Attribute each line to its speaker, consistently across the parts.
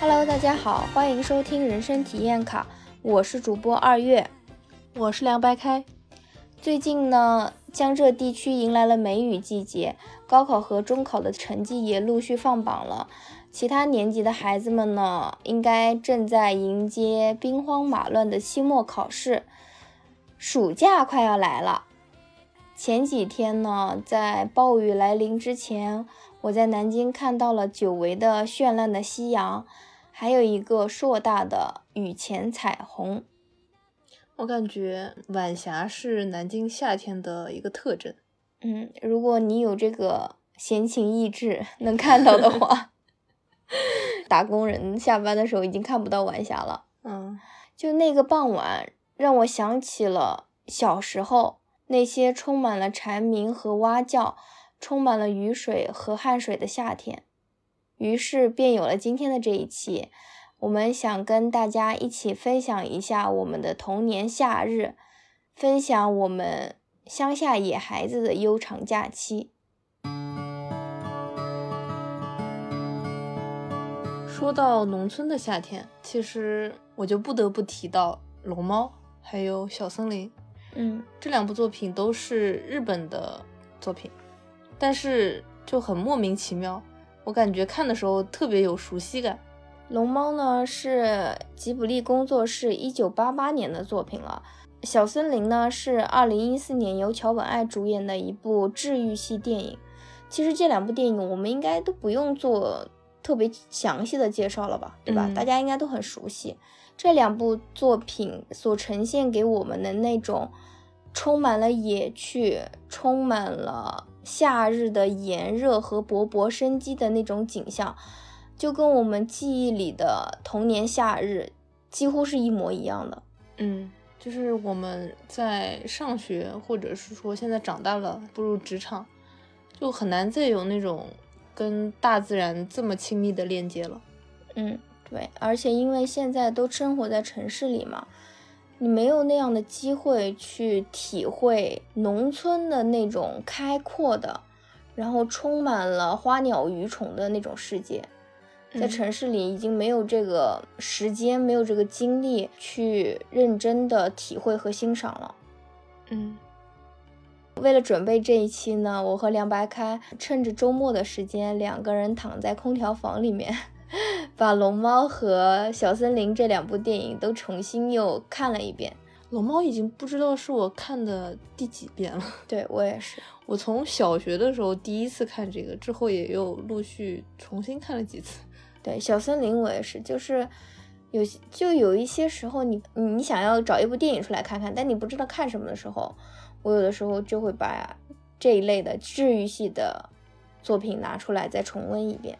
Speaker 1: Hello，大家好，欢迎收听人生体验卡，我是主播二月。
Speaker 2: 我是凉白开，
Speaker 1: 最近呢，江浙地区迎来了梅雨季节，高考和中考的成绩也陆续放榜了。其他年级的孩子们呢，应该正在迎接兵荒马乱的期末考试。暑假快要来了，前几天呢，在暴雨来临之前，我在南京看到了久违的绚烂的夕阳，还有一个硕大的雨前彩虹。
Speaker 2: 我感觉晚霞是南京夏天的一个特征。
Speaker 1: 嗯，如果你有这个闲情逸致，能看到的话，打工人下班的时候已经看不到晚霞了。
Speaker 2: 嗯，
Speaker 1: 就那个傍晚，让我想起了小时候那些充满了蝉鸣和蛙叫，充满了雨水和汗水的夏天。于是便有了今天的这一期。我们想跟大家一起分享一下我们的童年夏日，分享我们乡下野孩子的悠长假期。
Speaker 2: 说到农村的夏天，其实我就不得不提到《龙猫》还有《小森林》
Speaker 1: 嗯
Speaker 2: 这两部作品都是日本的作品，但是就很莫名其妙，我感觉看的时候特别有熟悉感。
Speaker 1: 龙猫呢是吉卜力工作室一九八八年的作品了，《小森林呢》是二零一四年由桥本爱主演的一部治愈系电影。其实这两部电影我们应该都不用做特别详细的介绍了吧，对吧？
Speaker 2: 嗯
Speaker 1: 大家应该都很熟悉。这两部作品所呈现给我们的那种充满了野趣、充满了夏日的炎热和勃勃生机的那种景象，就跟我们记忆里的童年夏日几乎是一模一样的。
Speaker 2: 嗯，就是我们在上学，或者是说现在长大了步入职场，就很难再有那种跟大自然这么亲密的链接了。
Speaker 1: 嗯，对，而且因为现在都生活在城市里嘛，你没有那样的机会去体会农村的那种开阔的，然后充满了花鸟鱼虫的那种世界。在
Speaker 2: 嗯
Speaker 1: 城市里已经没有这个时间，没有这个精力去认真的体会和欣赏了。
Speaker 2: 嗯
Speaker 1: 为了准备这一期呢，我和梁白开趁着周末的时间，两个人躺在空调房里面， 把《龙猫》和《小森林》这两部电影都重新又看了一遍。
Speaker 2: 龙猫已经不知道是我看的第几遍了。
Speaker 1: 对我也是，
Speaker 2: 我从小学的时候第一次看这个，之后也又陆续重新看了几次。
Speaker 1: 对《小森林》我也是，就是有些就有一些时候你，你你想要找一部电影出来看看，但你不知道看什么的时候，我有的时候就会把这一类的治愈系的作品拿出来再重温一遍。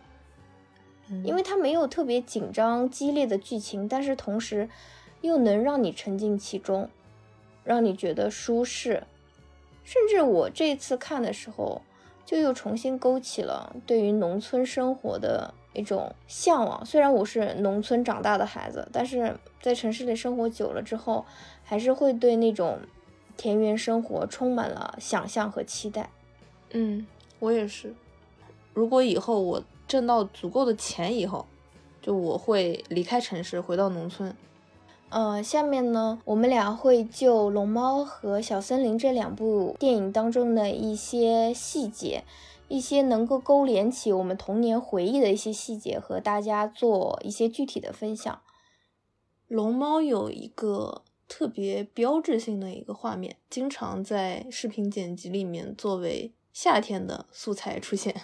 Speaker 2: 嗯
Speaker 1: 因为它没有特别紧张激烈的剧情，但是同时又能让你沉浸其中，让你觉得舒适。甚至我这次看的时候，就又重新勾起了对于农村生活的一种向往。虽然我是农村长大的孩子，但是在城市里生活久了之后，还是会对那种田园生活充满了想象和期待。
Speaker 2: 嗯，我也是。如果以后我挣到足够的钱以后，就我会离开城市，回到农村。
Speaker 1: 呃，下面呢，我们俩会就《龙猫》和《小森林》这两部电影当中的一些细节，一些能够勾连起我们童年回忆的一些细节，和大家做一些具体的分享。
Speaker 2: 龙猫有一个特别标志性的一个画面，经常在视频剪辑里面作为夏天的素材出 现，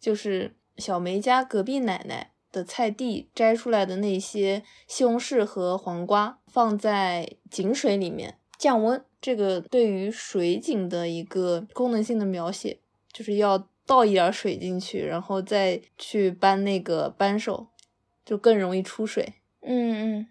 Speaker 2: 就是小梅家隔壁奶奶的菜地摘出来的那些西红柿和黄瓜，放在井水里面降温。这个对于水井的一个功能性的描写，就是要倒一点儿水进去，然后再去搬那个扳手，就更容易出水。
Speaker 1: 嗯嗯，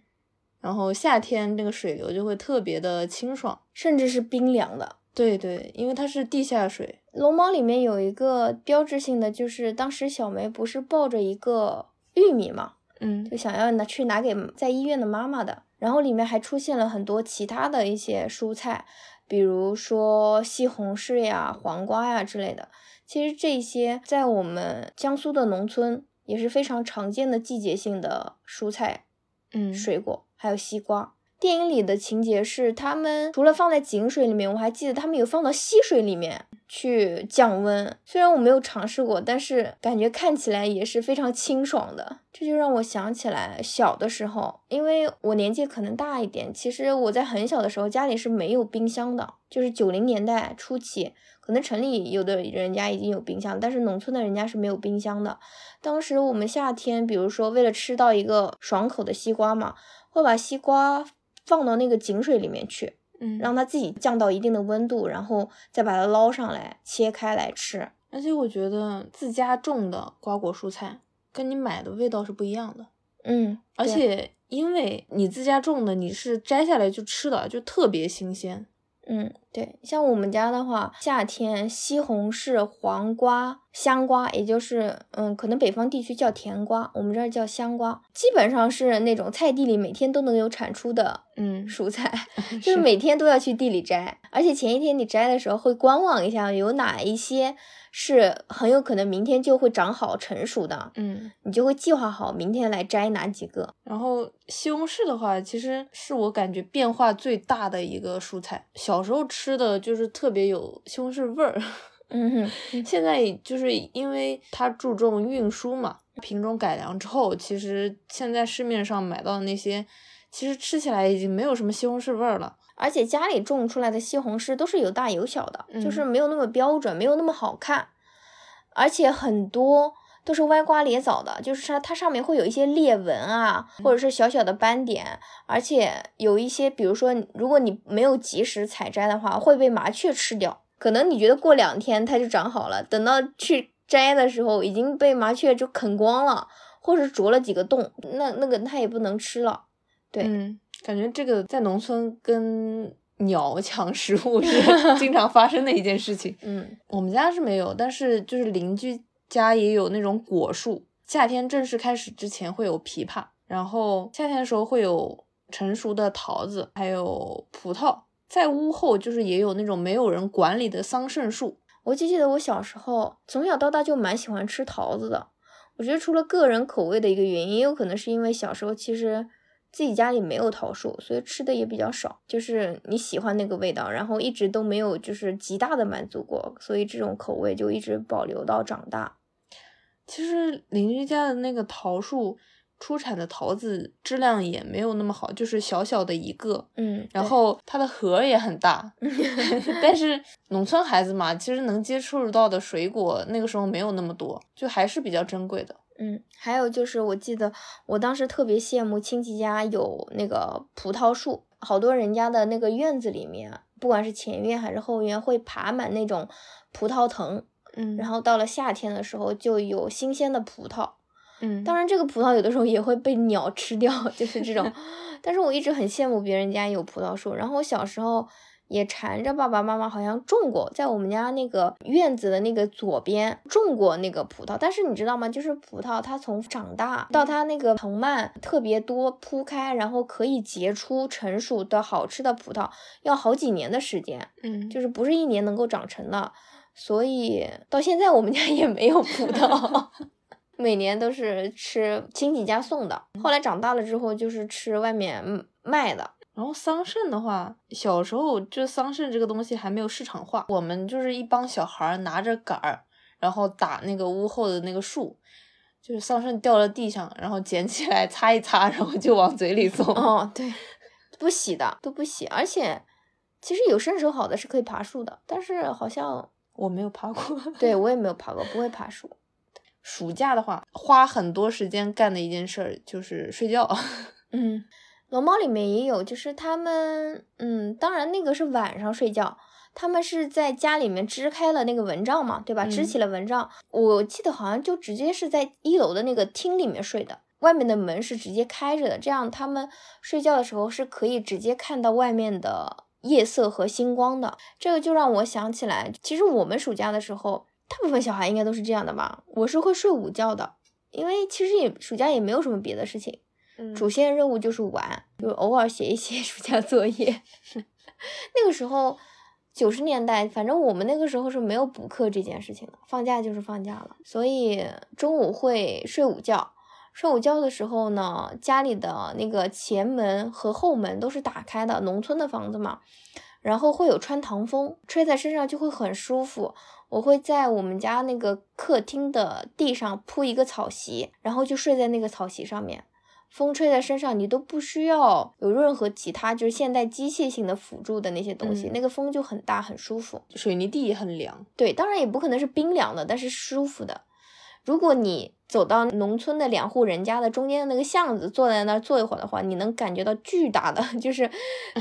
Speaker 2: 然后夏天那个水流就会特别的清爽。
Speaker 1: 甚至是冰凉的。
Speaker 2: 对对，因为它是地下水。
Speaker 1: 《龙猫》里面有一个标志性的，就是当时小梅不是抱着一个玉米嘛，
Speaker 2: 嗯
Speaker 1: 就想要拿去拿给在医院的妈妈的。然后里面还出现了很多其他的一些蔬菜，比如说西红柿呀、黄瓜呀之类的。其实这些在我们江苏的农村也是非常常见的季节性的蔬菜、
Speaker 2: 嗯，
Speaker 1: 水果，还有西瓜。电影里的情节是，他们除了放在井水里面，我还记得他们有放到溪水里面去降温。虽然我没有尝试过，但是感觉看起来也是非常清爽的。这就让我想起来小的时候，因为我年纪可能大一点，其实我在很小的时候家里是没有冰箱的，就是九零年代初期，可能城里有的人家已经有冰箱，但是农村的人家是没有冰箱的。当时我们夏天，比如说为了吃到一个爽口的西瓜嘛，会把西瓜放到那个井水里面去，
Speaker 2: 嗯，
Speaker 1: 让它自己降到一定的温度，然后再把它捞上来切开来吃。
Speaker 2: 而且我觉得自家种的瓜果蔬菜跟你买的味道是不一样的，
Speaker 1: 嗯，
Speaker 2: 而
Speaker 1: 对
Speaker 2: 且因为你自家种的，你是摘下来就吃的，就特别新鲜。
Speaker 1: 嗯，对，像我们家的话，夏天西红柿、黄瓜、香瓜，也就是嗯，可能北方地区叫甜瓜，我们这儿叫香瓜，基本上是那种菜地里每天都能有产出的
Speaker 2: 嗯，
Speaker 1: 蔬菜， 就是嗯是每天都要去地里摘，而且前一天你摘的时候会观望一下，有哪一些是很有可能明天就会长好成熟的，
Speaker 2: 嗯，
Speaker 1: 你就会计划好明天来摘哪几个。
Speaker 2: 然后西红柿的话，其实是我感觉变化最大的一个蔬菜。小时候吃的就是特别有西红柿 味儿，
Speaker 1: 嗯哼，
Speaker 2: 现在就是因为它注重运输嘛，品种改良之后，其实现在市面上买到的那些，其实吃起来已经没有什么西红柿味儿了。
Speaker 1: 而且家里种出来的西红柿都是有大有小的，
Speaker 2: 嗯
Speaker 1: 就是没有那么标准，没有那么好看，而且很多都是歪瓜裂枣的，就是它它上面会有一些裂纹啊，或者是小小的斑点，而且有一些，比如说如果你没有及时采摘的话，会被麻雀吃掉。可能你觉得过两天它就长好了，等到去摘的时候已经被麻雀就啃光了，或是啄了几个洞，那那个它也不能吃了。对
Speaker 2: 嗯，感觉这个在农村跟鸟抢食物是经常发生的一件事情。
Speaker 1: 嗯，
Speaker 2: 我们家是没有，但是就是邻居家也有那种果树。夏天正式开始之前会有枇杷，然后夏天的时候会有成熟的桃子，还有葡萄。在屋后就是也有那种没有人管理的桑葚树。
Speaker 1: 我就记得我小时候从小到大就蛮喜欢吃桃子的。我觉得除了个人口味的一个原因，也有可能是因为小时候其实自己家里没有桃树，所以吃的也比较少。就是你喜欢那个味道，然后一直都没有就是极大的满足过，所以这种口味就一直保留到长大。
Speaker 2: 其实邻居家的那个桃树出产的桃子质量也没有那么好，就是小小的一个，
Speaker 1: 嗯，
Speaker 2: 然
Speaker 1: 对
Speaker 2: 后它的核也很 大，但是农村孩子嘛，其实能接触到的水果那个时候没有那么多，就还是比较珍贵的。
Speaker 1: 嗯，还有就是，我记得我当时特别羡慕亲戚家有那个葡萄树，好多人家的那个院子里面，不管是前院还是后院，会爬满那种葡萄藤，然
Speaker 2: 嗯然后
Speaker 1: 后到了夏天的时候就有新鲜的葡萄。
Speaker 2: 嗯，
Speaker 1: 当
Speaker 2: 然
Speaker 1: 然，这个葡萄有的时候也会被鸟吃掉， 就是这 种。但是我一直很羡慕别人家有葡萄树，然后我小时候也缠着爸爸妈妈好像种过，在我们家那个院子的那个左边种过那个葡萄。但是你知道吗？就是葡萄它从长大到它那个藤蔓特别多铺开，然后可以结出成熟的好吃的葡萄，要好几年的时间。
Speaker 2: 嗯
Speaker 1: 就是不是一年能够长成的，所以到现在我们家也没有葡萄， 每年都是吃亲戚家送的。后来长大了之后，就是吃外面嗯卖的。
Speaker 2: 然后桑葚的话，小时候这桑葚这个东西还没有市场化，我们就是一帮小孩儿拿着杆儿，然后打那个屋后的那个树，就是桑葚掉了地上，然后捡起来擦一擦，然后就往嘴里送。
Speaker 1: 哦，对，不洗的都不洗，而且其实有身手好的是可以爬树的，但是好像
Speaker 2: 我没有爬过。
Speaker 1: 对我也没有爬过，不会爬树。
Speaker 2: 暑假的话，花很多时间干的一件事儿就是睡觉。
Speaker 1: 嗯，龙猫里面也有，就是他们，嗯，当然那个是晚上睡觉，他们是在家里面支开了那个蚊帐嘛，对吧？支
Speaker 2: 嗯
Speaker 1: 起了蚊帐，我记得好像就直接是在一楼的那个厅里面睡的，外面的门是直接开着的，这样他们睡觉的时候是可以直接看到外面的夜色和星光的。这个就让我想起来，其实我们暑假的时候，大部分小孩应该都是这样的吧，我是会睡午觉的。因为其实也暑假也没有什么别的事情，
Speaker 2: 嗯
Speaker 1: 主线任 务就是玩，就是偶尔写一写暑假作业。那个时候，九十年代，反正我们那个时候是没有补课这件事情的，放假就是放假了，所以中午会睡午觉。睡午觉的时候呢，家里的那个前门和后门都是打开的，农村的房子嘛，然后会有穿堂风，吹在身上就会很舒服。我会在我们家那个客厅的地上铺一个草席，然后就睡在那个草席上面。风吹在身上，你都不需要有任何其他就是现代机械性的辅助的那些东西，
Speaker 2: 嗯
Speaker 1: 那个风就很大很舒服。
Speaker 2: 水泥地也很凉，
Speaker 1: 对，当然也不可能是冰凉的，但是舒服的。如果你走到农村的两户人家的中间的那个巷子，坐在那儿坐一会儿的话，你能感觉到巨大的， 就是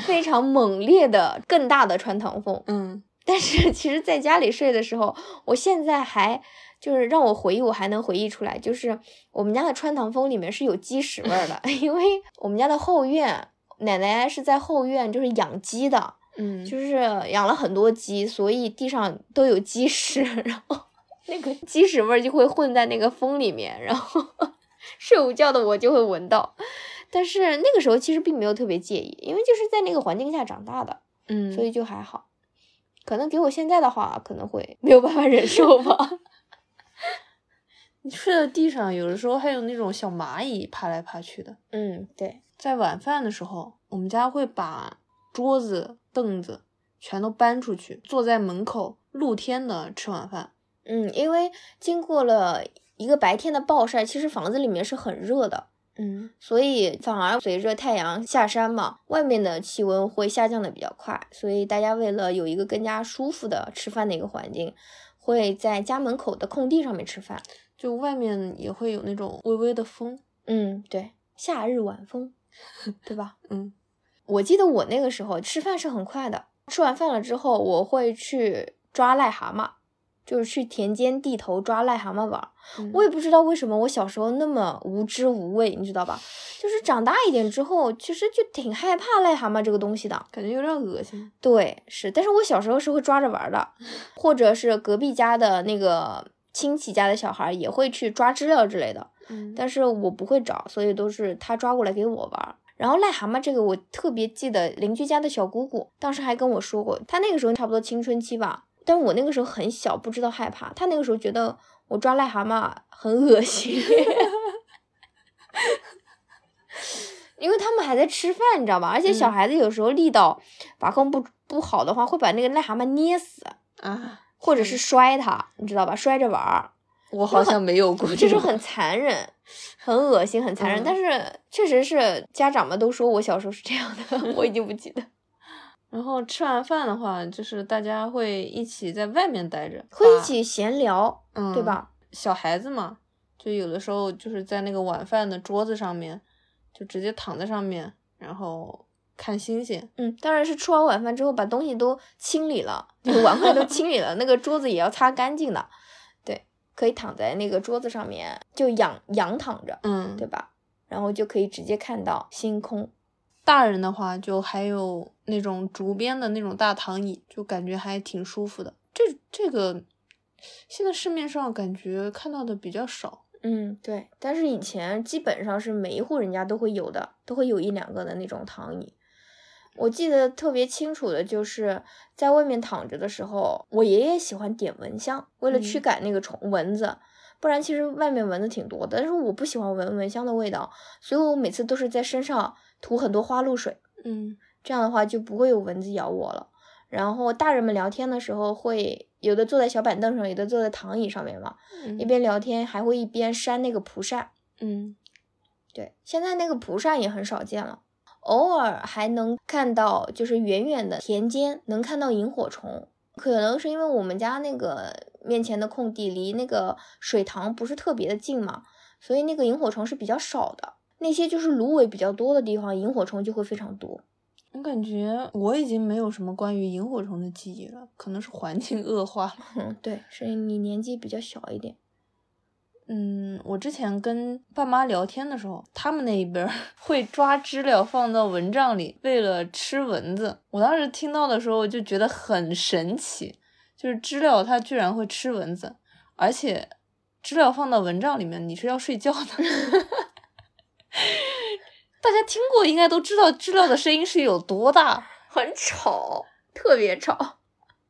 Speaker 1: 非常猛烈的、更大的穿堂风。
Speaker 2: 嗯，
Speaker 1: 但是其实在家里睡的时候，我现在还就是让我回忆，我还能回忆出来，就是我们家的穿堂风里面是有鸡屎味儿的，因为我们家的后院，奶奶是在后院就是养鸡的，
Speaker 2: 嗯，
Speaker 1: 就是养了很多鸡，所以地上都有鸡屎， 然后那个鸡屎味儿就会混在那个风里面，然后 睡午觉的我就会闻到。但是那个时候其实并没有特别介意，因为就是在那个环境下长大的，
Speaker 2: 嗯，
Speaker 1: 所以就还好。可能给我现在的话，可能会没有办法忍受吧。
Speaker 2: 你睡在地上，有的时候还有那种小蚂蚁爬来爬去的。
Speaker 1: 嗯，对，
Speaker 2: 在晚饭的时候，我们家会把桌子、凳子全都搬出去，坐在门口露天的吃晚饭。
Speaker 1: 嗯，因为经过了一个白天的暴晒，其实房子里面是很热的。
Speaker 2: 嗯
Speaker 1: 所以反而随着太阳下山嘛，外面的气温会下降的比较快，所以大家为了有一个更加舒服的吃饭的一个环境，会在家门口的空地上面吃饭。
Speaker 2: 就外面也会有那种微微的风。
Speaker 1: 嗯，对，夏日晚风，对吧？
Speaker 2: 嗯
Speaker 1: 我记得我那个时候吃饭是很快的，吃完饭了之后，我会去抓癞蛤蟆，就是去田间地头抓癞蛤蟆玩儿。
Speaker 2: 嗯
Speaker 1: 我也不知道为什么我小时候那么无知无畏，你知道吧？就是长大一点之后，其实就挺害怕癞蛤蟆这个东西的。
Speaker 2: 感觉有点恶心。
Speaker 1: 对，是，但是我小时候是会抓着玩儿的，或者是隔壁家的那个亲戚家的小孩儿也会去抓知了之类的，
Speaker 2: 嗯但
Speaker 1: 但是我不会找，所以都是他抓过来给我玩儿。然后癞蛤蟆这个，我特别记得邻居家的小姑姑当时还跟我说过，她那个时候差不多青春期吧，但是我那个时候很小，不知道害怕，她那个时候觉得我抓癞蛤蟆很恶心。因为他们还在吃饭，你知道吧？而且小
Speaker 2: 嗯
Speaker 1: 孩子有时候力道把控不不好的话，会把那个癞蛤蟆捏死，
Speaker 2: 啊，
Speaker 1: 或者是摔它，你知道吧？摔着玩儿，
Speaker 2: 我好像没 有过
Speaker 1: 这
Speaker 2: 这
Speaker 1: 是
Speaker 2: 种。
Speaker 1: 很残忍、很恶心、很残忍。
Speaker 2: 嗯
Speaker 1: 但是确实是家长们都说我小时候是这样的， 我已经不记得。
Speaker 2: 然后吃完饭的话，就是大家会一起在外面待着，
Speaker 1: 会一
Speaker 2: 把，
Speaker 1: 起闲聊，
Speaker 2: 嗯，
Speaker 1: 对？吧？
Speaker 2: 小孩子嘛，就有的时候就是在那个晚饭的桌子上面，就直接躺在上面，然后看星星。
Speaker 1: 嗯，当然是吃完晚饭之后把东西都清理了，就是碗筷都清理了，那个桌子也要擦干净的。对，可以躺在那个桌子上面，就仰仰躺着，
Speaker 2: 嗯，
Speaker 1: 对吧？然后就可以直接看到星空。
Speaker 2: 大人的话就还有那种竹编的那种大躺椅，就感觉还挺舒服的。这这个现在市面上感觉看到的比较少。
Speaker 1: 嗯，对。但是以前基本上是每一户人家都会有的，都会有一两个的那种躺椅。我记得特别清楚的就是在外面躺着的时候，我爷爷喜欢点蚊香，为了驱
Speaker 2: 嗯
Speaker 1: 赶那个虫蚊子。不然其实外面蚊子挺多的，但是我不喜欢闻蚊香的味道，所以我每次都是在身上涂很多花露水，
Speaker 2: 嗯
Speaker 1: 这样的话就不会有蚊子咬我了。然后大人们聊天的时候会有的坐在小板凳上，有的坐在躺椅上面嘛，
Speaker 2: 嗯
Speaker 1: 一边聊天还会一边扇那个蒲扇。
Speaker 2: 嗯
Speaker 1: 对，现在那个蒲扇也很少见了，偶尔还能看到，就是远远的田间能看到萤火虫。可能是因为我们家那个面前的空地离那个水塘不是特别的近嘛，所以那个萤火虫是比较少的。那些就是芦苇比较多的地方，萤火虫就会非常多。
Speaker 2: 我感觉我已经没有什么关于萤火虫的记忆了，可能是环境恶化了。
Speaker 1: 嗯，对，是你年纪比较小一点。
Speaker 2: 嗯，我之前跟爸妈聊天的时候，他们那一边儿 会抓知了放到蚊帐里，为了吃蚊子。我当时听到的时候就觉得很神奇，就是知了它居然会吃蚊子，而且知了放到蚊帐里面，你是要睡觉的。 大家听过应该都知道知了的声音是有多大，
Speaker 1: 很吵，特别吵。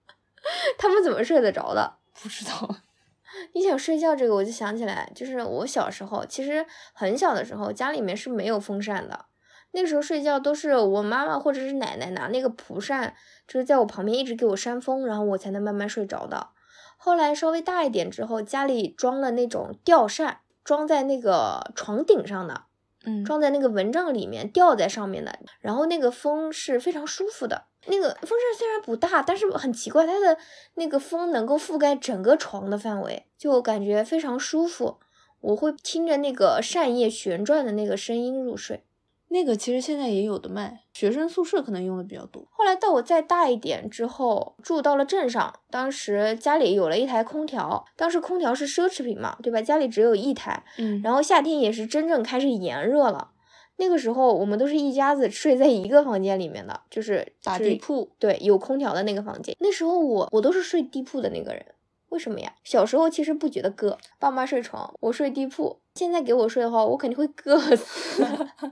Speaker 1: 他们怎么睡得着的？
Speaker 2: 不知道，
Speaker 1: 你想睡觉这个，我就想起来，就是我小时候，其实很小的时候，家里面是没有风扇的。那个时候睡觉都是我妈妈或者是奶奶拿那个蒲扇，就是在我旁边一直给我扇风，然后我才能慢慢睡着的。后来稍微大一点之后，家里装了那种吊扇，装在那个床顶上的，
Speaker 2: 嗯
Speaker 1: 装在那个蚊帐里面，吊在上面的。然后那个风是非常舒服的。那个风扇虽然不大，但是很奇怪，它的那个风能够覆盖整个床的范围，就感觉非常舒服。我会听着那个扇叶旋转的那个声音入睡。
Speaker 2: 那个其实现在也有的卖，学生宿舍可能用的比较多。
Speaker 1: 后来到我再大一点之后，住到了镇上，当时家里有了一台空调，当时空调是奢侈品嘛，对吧？家里只有一台，
Speaker 2: 嗯然后
Speaker 1: 然后夏天也是真正开始炎热了。那个时候我们都是一家子睡在一个房间里面的，就是
Speaker 2: 打
Speaker 1: 就是
Speaker 2: 地铺，
Speaker 1: 对，有空调的那个房间。那时候我我都是睡地铺的那个人，为什么呀？小时候其实不觉得硌，爸妈睡床，我睡地铺。现在给我睡的话，我肯定会硌死。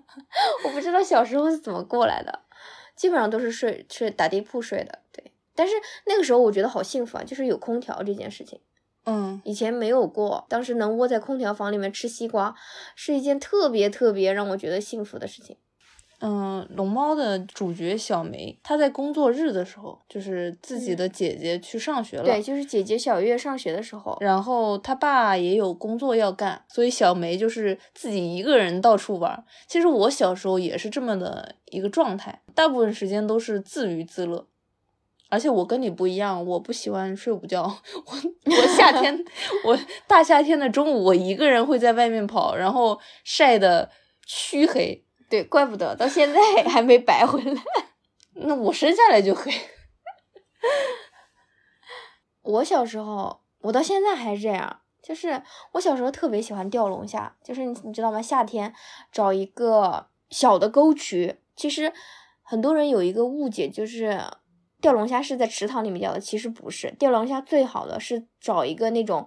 Speaker 1: 我不知道小时候是怎么过来的，基本上都是睡睡打地铺睡的。对，但是那个时候我觉得好幸福啊，就是有空调这件事情。
Speaker 2: 嗯，
Speaker 1: 以前没有过，当时能窝在空调房里面吃西瓜，是一件特别特别让我觉得幸福的事情。
Speaker 2: 嗯，龙猫的主角小梅，她在工作日的时候，就是自己的姐姐去上学了，
Speaker 1: 对，就是姐姐小月上学的时候，
Speaker 2: 然后她爸也有工作要干，所以小梅就是自己一个人到处玩儿。其实我小时候也是这么的一个状态，大部分时间都是自娱自乐。而且我跟你不一样，我不喜欢睡午觉。我我夏 天，我大夏天的中午，我一个人会在外面跑，然后晒得黢黑。
Speaker 1: 对，怪不得到现在 还没白回来。
Speaker 2: 那我生下来就黑。
Speaker 1: 我小时候，我到现在还是这样。就是我小时候特别喜欢钓龙虾，就是你你知道吗？夏天找一个小的沟渠，其实很多人有一个误解，就是钓龙虾是在池塘里面钓的，其实不是。钓龙虾最好的是找一个那种，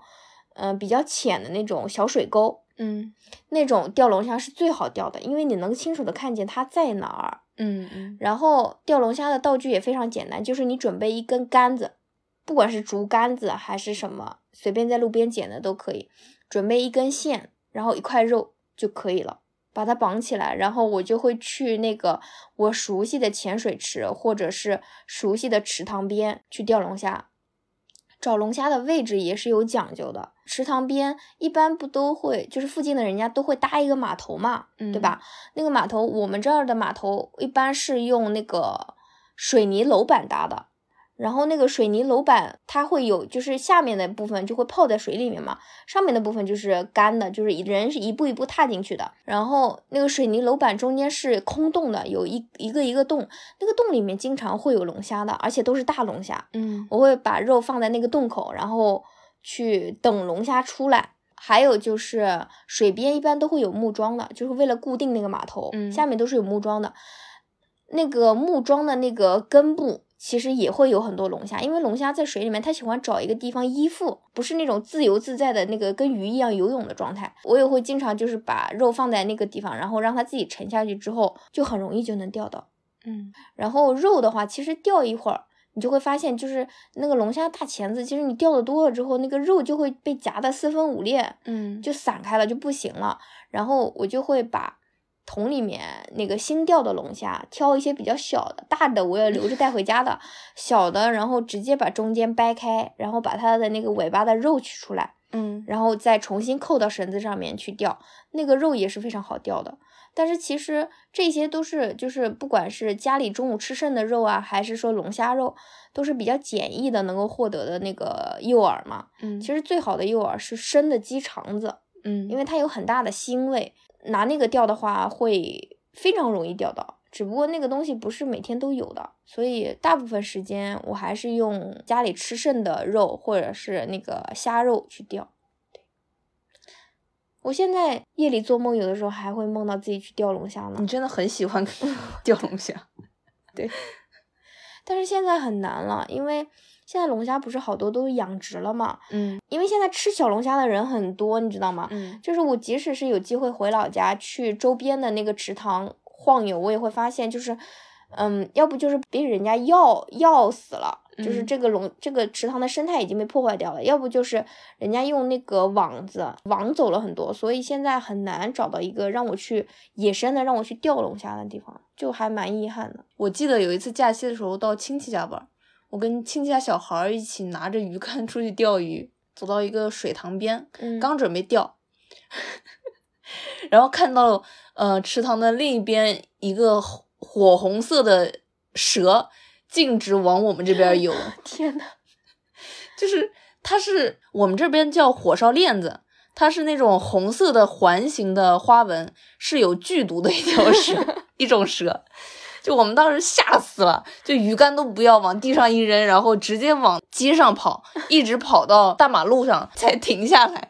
Speaker 1: 嗯、比较浅的那种小水沟，
Speaker 2: 嗯
Speaker 1: 那种钓龙虾是最好钓的，因为你能清楚的看见它在哪儿。
Speaker 2: 嗯嗯
Speaker 1: 然后钓龙虾的道具也非常简单，就是你准备一根杆子，不管是竹竿子还是什么，随便在路边捡的都可以。准备一根线，然后一块肉就可以了，把它绑起来。然后我就会去那个我熟悉的潜水池或者是熟悉的池塘边去钓龙虾。找龙虾的位置也是有讲究的，池塘边一般不都会，就是附近的人家都会搭一个码头嘛，
Speaker 2: 嗯
Speaker 1: 对吧？那个码头，我们这儿的码头一般是用那个水泥楼板搭的，然后那个水泥楼板它会有，就是下面的部分就会泡在水里面嘛，上面的部分就是干的，就是人是一步一步踏进去的。然后那个水泥楼板中间是空洞的，有一一个一个洞，那个洞里面经常会有龙虾的，而且都是大龙虾。
Speaker 2: 嗯
Speaker 1: 我会把肉放在那个洞口，然后去等龙虾出来。还有就是水边一般都会有木桩的，就是为了固定那个码头，
Speaker 2: 嗯
Speaker 1: 下面都是有木桩的。那个木桩的那个根部其实也会有很多龙虾，因为龙虾在水里面它喜欢找一个地方依附，不是那种自由自在的那个跟鱼一样游泳的状态。我也会经常就是把肉放在那个地方，然后让它自己沉下去之后，就很容易就能钓到。
Speaker 2: 嗯
Speaker 1: 然后肉的话，其实钓一会儿，你就会发现，就是那个龙虾大钳子，其实你钓的多了之后，那个肉就会被夹得四分五裂，
Speaker 2: 嗯就
Speaker 1: 就散开了，就不行了。然后我就会把桶里面那个新钓的龙虾挑一些比较小的，大的我也留着带回家的，小的然后直接把中间掰开，然后把它的那个尾巴的肉取出来，
Speaker 2: 嗯
Speaker 1: 然后再重新扣到绳子上面去钓，那个肉也是非常好钓的。但是其实这些都是就是不管是家里中午吃剩的肉啊，还是说龙虾肉，都是比较简易的能够获得的那个诱饵嘛。
Speaker 2: 嗯，
Speaker 1: 其实最好的诱饵是生的鸡肠子，
Speaker 2: 嗯，
Speaker 1: 因为它有很大的腥味，拿那个钓的话会非常容易钓到。只不过那个东西不是每天都有的，所以大部分时间我还是用家里吃剩的肉或者是那个虾肉去钓。对我现在夜里做梦，有的时候还会梦到自己去钓龙虾呢
Speaker 2: 你。真的很喜欢 钓龙虾。
Speaker 1: 但是现在很难了，因为现在龙虾不是好多都养殖了嘛，
Speaker 2: 嗯
Speaker 1: 因为现在吃小龙虾的人很多，你知道吗？
Speaker 2: 嗯
Speaker 1: 就是我即使是有机会回老家去周边的那个池塘晃悠，我也会发现，就是嗯，要不就是被人家药药死了，就是
Speaker 2: 嗯
Speaker 1: 这个龙这个池塘的生态已经被破坏掉了；要不就是人家用那个网子网走了很多，所以现在很难找到一个让我去野生的让我去钓龙虾的地方，就还蛮遗憾的。
Speaker 2: 我记得有一次假期的时候到亲戚家玩儿，我跟亲戚家小孩儿一起拿着鱼竿出去钓鱼，走到一个水塘边，
Speaker 1: 嗯
Speaker 2: 刚准备钓， 然后看到呃池塘的另一边一个火火红色的蛇径直往我们这边游，
Speaker 1: 天呐，
Speaker 2: 就是它是我们这边叫火烧链子，它是那种红色的环形的花纹，是有剧毒的一条蛇， 一种蛇。就我们当时吓死了，就鱼竿都不要往地上一扔，然后直接往街上跑，一直跑到大马路上 才停下来。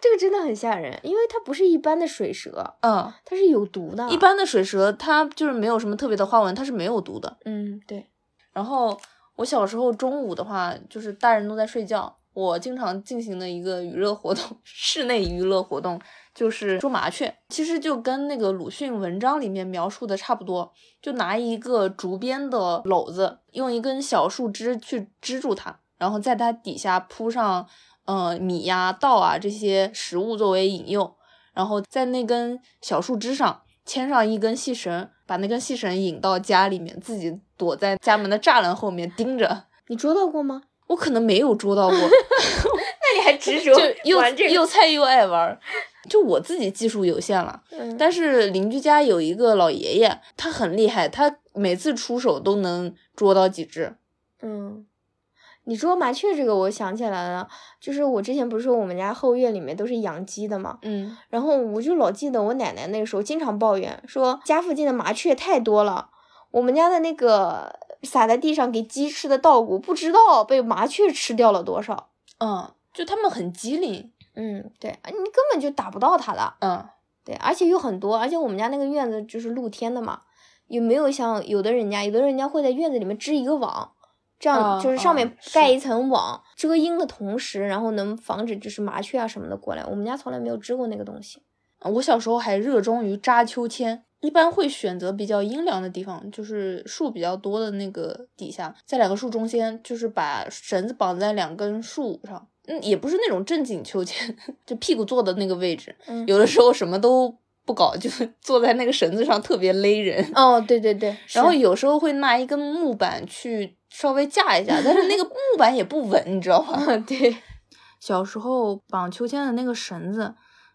Speaker 1: 这个真的很吓人，因为它不是一般的水蛇，
Speaker 2: 嗯，
Speaker 1: 它是有毒的。
Speaker 2: 一，般的水蛇它就是没有什么特别的花纹，它是没有毒的。
Speaker 1: 嗯，对，
Speaker 2: 然后我小时候中午的话，就是大人都在睡觉，我经常进行的一个娱乐活动， 室内娱乐活动就是捉麻雀。其实就跟那个鲁迅文章里面描述的差不多，就拿一个竹编的篓子，用一根小树枝去支住它，然后在它底下铺上呃米呀、稻啊这些食物作为引诱，然后在那根小树枝上牵上一根细绳，把那根细绳引到家里面，自己躲在家门的栅栏后面盯着。
Speaker 1: 你捉到过吗？
Speaker 2: 我可能没有捉 到过，
Speaker 1: 那你还执 着
Speaker 2: 就又又菜又爱玩儿，就我自己技术有限了。
Speaker 1: 嗯
Speaker 2: 但是邻居家有一个老爷爷，他很厉害，他每次出手都能捉到几只。
Speaker 1: 嗯，你说麻雀这个，我想起来了，就是我之前不是说我们家后院里面都是养鸡的嘛，
Speaker 2: 嗯，
Speaker 1: 然后我就老记得我奶奶那个时候经常抱怨说家附近的麻雀太多了，我们家的那个撒在地上给鸡吃的稻谷不知道被麻雀吃掉了多少。
Speaker 2: 嗯，就他们很机灵。
Speaker 1: 嗯，对，你根本就打不到它的。
Speaker 2: 嗯
Speaker 1: 对，而且有很多，而且我们家那个院子就是露天的嘛，也没有像有的人家，有的人家会在院子里面织一个网，这样
Speaker 2: 啊
Speaker 1: 就是上
Speaker 2: 啊
Speaker 1: 面盖
Speaker 2: 是
Speaker 1: 一层网，遮阴的同时，然后能防止就是麻雀啊什么的过来。我们家从来没有织过那个东西。
Speaker 2: 我小时候还热衷于扎秋千，一般会选择比较阴凉的地方，就是树比较多的那个底下，在两个树中间，就是把绳子绑在两根树上。嗯，也不是那种正经秋千， 就屁股坐的那个位置。
Speaker 1: 嗯，
Speaker 2: 有的时候什么都不搞，就 坐在那个绳子上，特别勒人。
Speaker 1: 哦，对对对，
Speaker 2: 然后
Speaker 1: 是
Speaker 2: 有时候会拿一根木板去稍微架一下，但是那个木板也不稳，你知道 吗？
Speaker 1: 对，
Speaker 2: 小时候绑秋千的那个绳子，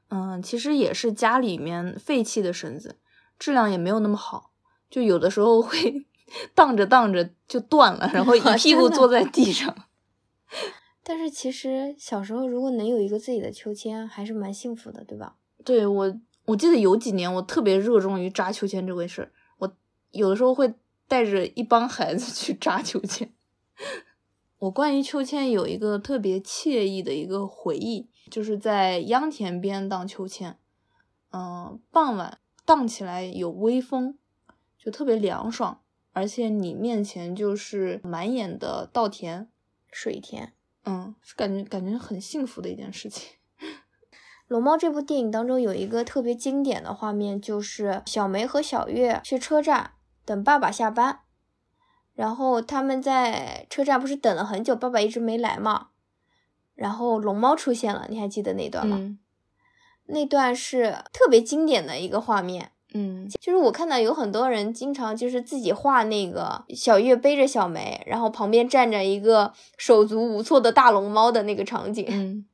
Speaker 2: 嗯，其实也是家里面废弃的绳子，质量也没有那么好，就有的时候会 荡着荡着就断了，然后一
Speaker 1: 啊
Speaker 2: 屁
Speaker 1: 真
Speaker 2: 股
Speaker 1: 的
Speaker 2: 坐在地上。
Speaker 1: 但是其实小时候如果能有一个自己的秋千，还是蛮幸福的，对吧？
Speaker 2: 对我，我记得有几年我特别热衷于扎秋千这回事儿，我有的时候会带着一帮孩子去扎秋千。 我关于秋千有一个特别惬意的一个回忆，就是在秧田边荡秋千，嗯、傍晚荡起来有微风，就特别凉爽，而且你面前就是满眼的稻田，
Speaker 1: 水田。
Speaker 2: 嗯，是感觉感觉很幸福的一件事情。
Speaker 1: 《龙猫》这部电影当中有一个特别经典的画面，就是小梅和小月去车站等爸爸下班，然后他们在车站不是等了很久，爸爸一直没来嘛，然后龙猫出现了，你还记得那段吗？
Speaker 2: 嗯
Speaker 1: 那段是特别经典的一个画面，
Speaker 2: 嗯
Speaker 1: 就是我看到有很多人经常就是自己画那个小月背着小梅，然后旁边站着一个手足无措的大龙猫的那个场景，
Speaker 2: 嗯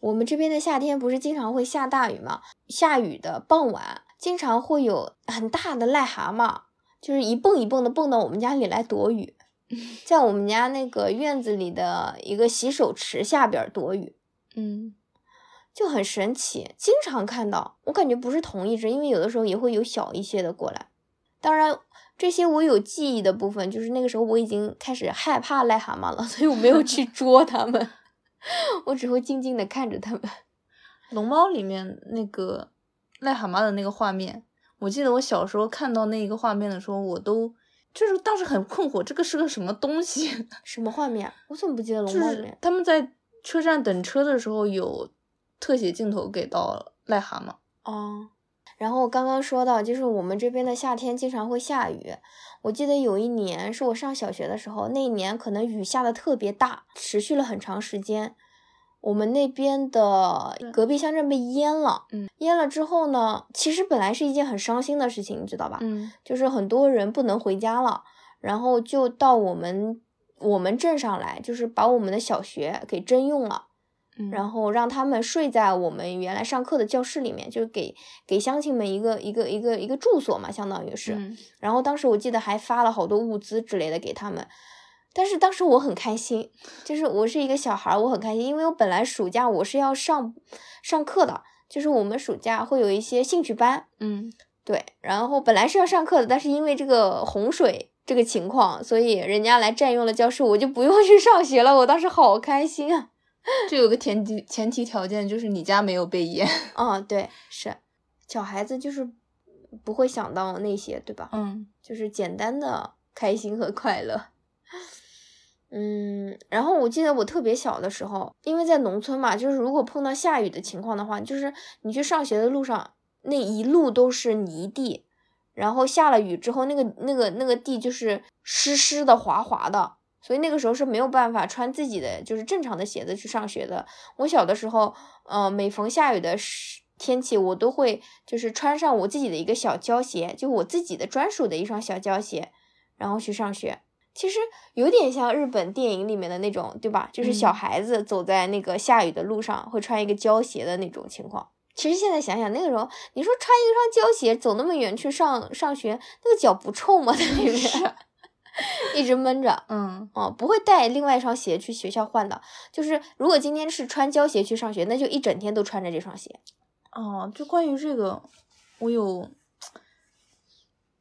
Speaker 1: 我们这边的夏天不是经常会下大雨嘛？下雨的傍晚，经常会有很大的癞蛤蟆，就是一蹦一蹦的蹦到我们家里来躲雨，在我们家那个院子里的一个洗手池下边儿躲雨，
Speaker 2: 嗯
Speaker 1: 就很神奇，经常看到。我感觉不是同一只，因为有的时候也会有小一些的过来。当然，这些我有记忆的部分，就是那个时候我已经开始害怕癞蛤蟆了，所以我没有去 捉它们，我只会静静的看着它们。
Speaker 2: 《龙猫》里面那个癞蛤蟆的那个画面，我记得我小时候看到那一个画面的时候，我都就是当时很困惑，这个是个什么东西？
Speaker 1: 什么画面啊？我怎么不记得
Speaker 2: 就
Speaker 1: 龙猫里
Speaker 2: 是
Speaker 1: 面？
Speaker 2: 他们在车站等车的时候有特写镜头给到癞蛤蟆，
Speaker 1: 哦，然后刚刚说到，就是我们这边的夏天经常会下雨。我记得有一年是我上小学的时候，那一年可能雨下的特别大，持续了很长时间。我们那边的隔壁乡镇被淹了，
Speaker 2: 嗯，
Speaker 1: 淹了之后呢，其实本来是一件很伤心的事情，你知道吧？
Speaker 2: 嗯
Speaker 1: 就是很多人不能回家了，然后就到我们我们镇上来，就是把我们的小学给征用了。
Speaker 2: 嗯，
Speaker 1: 然后让他们睡在我们原来上课的教室里面，就是给给乡亲们一个一个一个一个住所嘛，相当于是。
Speaker 2: 嗯
Speaker 1: 然后当时我记得还发了好多物资之类的给他们，但是当时我很开心，就是我是一个小孩儿，我很开心，因为我本来暑假我是要上上课的，就是我们暑假会有一些兴趣班，
Speaker 2: 嗯
Speaker 1: 对，然后本来是要上课的，但是因为这个洪水这个情况，所以人家来占用了教室，我就不用去上学了，我当时好开心啊！
Speaker 2: 这有个前提前提条件就是你家没有被 淹。
Speaker 1: 啊、对，是，小孩子就是不会想到那些，对吧？
Speaker 2: 嗯
Speaker 1: 就是简单的开心和快乐。嗯，然后我记得我特别小的时候，因为在农村嘛，就是如果碰到下雨的情况的话，就是你去上学的路上那一路都是泥地，然后下了雨之后，那个那个那个地就是湿湿的、滑滑的，所以那个时候是没有办法穿自己的就是正常的鞋子去上学的。我小的时候，呃，每逢下雨的时天气，我都会就是穿上我自己的一个小胶鞋，就我自己的专属的一双小胶鞋，然后去上学。其实有点像日本电影里面的那种，对吧？就是小
Speaker 2: 嗯
Speaker 1: 孩子走在那个下雨的路上，会穿一个胶鞋的那种情况。其实现在想想，那个时候你说穿一双胶鞋走那么远去上上学，那个脚不臭吗？在 里面一直闷着。
Speaker 2: 嗯
Speaker 1: 哦，不会带另外一双鞋去学校换的。就是如果今天是穿胶鞋去上学，那就一整天都穿着这双鞋。
Speaker 2: 哦，就关于这个，我有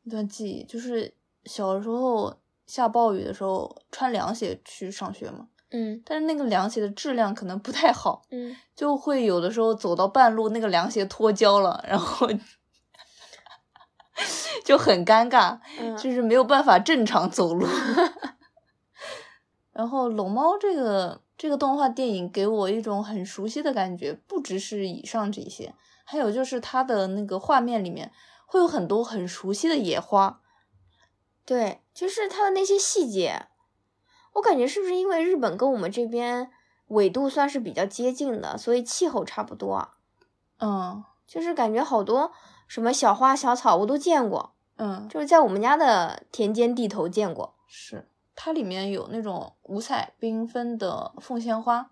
Speaker 2: 一段记忆，就是小时候下暴雨的时候穿凉鞋去上学嘛，
Speaker 1: 嗯
Speaker 2: 但是那个凉鞋的质量可能不太好，
Speaker 1: 嗯，
Speaker 2: 就会有的时候走到半路，那个凉鞋脱胶了，然后 就很尴尬，
Speaker 1: 嗯
Speaker 2: 就是没有办法正常走路。然后《龙猫》这个这个动画电影给我一种很熟悉的感觉，不只是以上这些，还有就是它的那个画面里面会有很多很熟悉的野花，
Speaker 1: 对，就是它的那些细节，我感觉是不是因为日本跟我们这边纬度算是比较接近的，所以气候差不多啊？
Speaker 2: 嗯
Speaker 1: 就是感觉好多什么小花小草我都见过，
Speaker 2: 嗯，
Speaker 1: 就是在我们家的田间地头见过。
Speaker 2: 是它里面有那种五彩缤纷的凤仙花，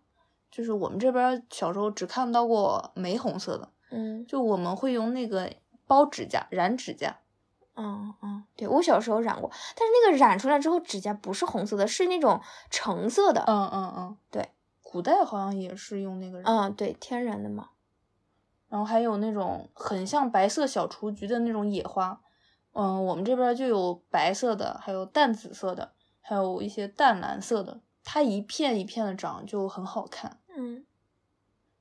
Speaker 2: 就是我们这边小时候只看到过玫红色的，
Speaker 1: 嗯
Speaker 2: 就我们会用那个包指甲染指甲，
Speaker 1: 嗯嗯，对我小时候染过，但是那个染出来之后指甲不是红色的，是那种橙色的。
Speaker 2: 嗯嗯嗯，
Speaker 1: 对，
Speaker 2: 古代好像也是用那个染，
Speaker 1: 嗯，对，天然的嘛。
Speaker 2: 然后还有那种很像白色小雏菊的那种野花，嗯，我们这边就有白色的，还有淡紫色的，还有一些淡蓝色的，它一片一片的长，就很好看。
Speaker 1: 嗯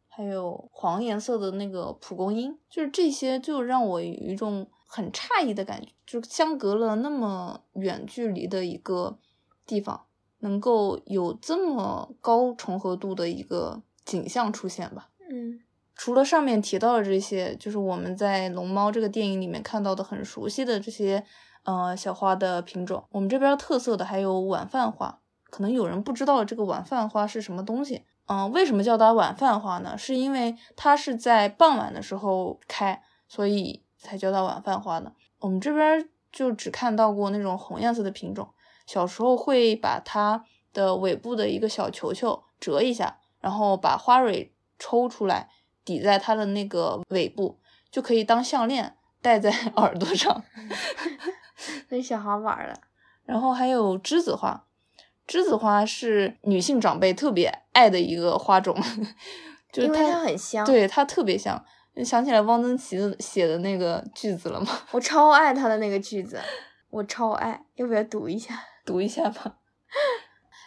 Speaker 2: 还有黄颜色的那个蒲公英，就是这些就让我有一种很诧异的感觉，就是相隔了那么远距离的一个地方，能够有这么高重合度的一个景象出现吧。
Speaker 1: 嗯
Speaker 2: 除了上面提到的这些，就是我们在《龙猫》这个电影里面看到的很熟悉的这些，呃，小花的品种。我们这边特色的还有晚饭花，可能有人不知道这个晚饭花是什么东西。嗯、为什么叫它晚饭花呢？是因为它是在傍晚的时候开，所以才叫它晚饭花的。我们这边就只看到过那种红颜色的品种，小时候会把它的尾部的一个小球球折一下，然后把花蕊抽出来，抵在它的那个尾部，就可以当项链戴在 耳朵上。
Speaker 1: 跟小孩玩儿的。
Speaker 2: 然后还有栀子花，栀子花是女性长辈特别爱的一个花种，就是
Speaker 1: 因为它
Speaker 2: 它
Speaker 1: 很香
Speaker 2: 对它特别香。想起来汪曾祺的写的那个句子了吗？
Speaker 1: 我超爱他的那个句子，我超爱，要不要读一下？
Speaker 2: 读一下吧。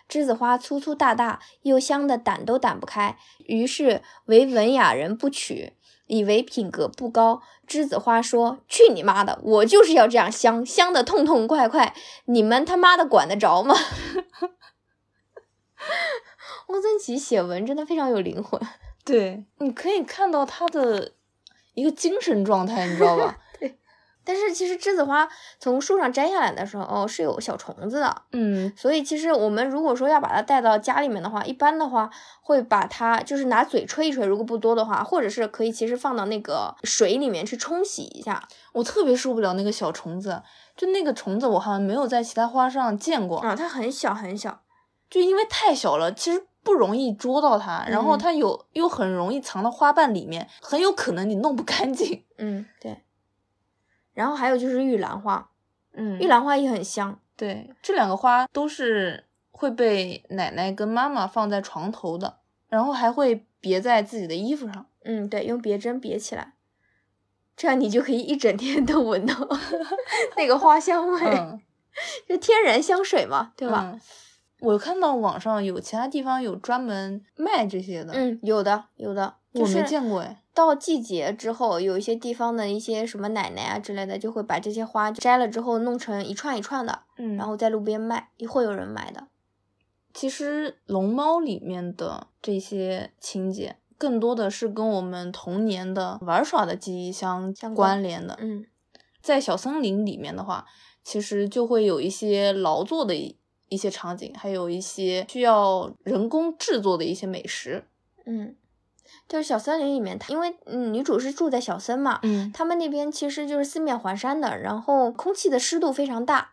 Speaker 1: 栀子花粗粗大大，又香的掸都掸不开，于是为文雅人不娶，以为品格不高。栀子花说：“去你妈的，我就是要这样香，香的痛痛快快，你们他妈的管得着吗？” 汪曾祺写文真的非常有灵魂。
Speaker 2: 对，你可以看到它的一个精神状态，你知 道吧？
Speaker 1: 但是其实栀子花从树上摘下来的时候、哦、是有小虫子的，
Speaker 2: 嗯，
Speaker 1: 所以其实我们如果说要把它带到家里面的话，一般的话会把它就是拿嘴吹一吹，如果不多的话，或者是可以其实放到那个水里面去冲洗一下。
Speaker 2: 我特别受不了那个小虫子，就那个虫子我好像没有在其他花上见过，
Speaker 1: 啊、它很小很小，
Speaker 2: 就因为太小了，其实不容易捉到它，然后它有、又很容易藏到花瓣里面，很有可能你弄不干净。
Speaker 1: 嗯，对。然后还有就是玉兰花，
Speaker 2: 嗯
Speaker 1: 玉兰花也很香，
Speaker 2: 对，这两个花都是会被奶奶跟妈妈放在床头的，然后还会别在自己的衣服上。
Speaker 1: 嗯，对，用别针别起来，这样你就可以一整天都闻到 那个花香味，
Speaker 2: 嗯，
Speaker 1: 就天然香水嘛，对
Speaker 2: 对
Speaker 1: 吧？
Speaker 2: 吧？我看到网上有其他地方有专门卖这些的，
Speaker 1: 嗯，有的有的，就
Speaker 2: 我
Speaker 1: 是
Speaker 2: 没见过哎。
Speaker 1: 到季节之后，有一些地方的一些什么奶奶啊之类的，就会把这些花摘了之后弄成一串一串的，
Speaker 2: 嗯
Speaker 1: 然后在路边卖，也会有人买的。
Speaker 2: 其实龙猫里面的这些情节，更多的是跟我们童年的玩耍的记忆相
Speaker 1: 相关
Speaker 2: 关联的。
Speaker 1: 嗯
Speaker 2: 在小森林里面的话，其实就会有一些劳作的一一些场景，还有一些需要人工制作的一些美食。
Speaker 1: 嗯，就是小森林里面，它因为嗯女主是住在小森嘛，
Speaker 2: 嗯，
Speaker 1: 他们那边其实就是四面环山的，然后空气的湿度非常大，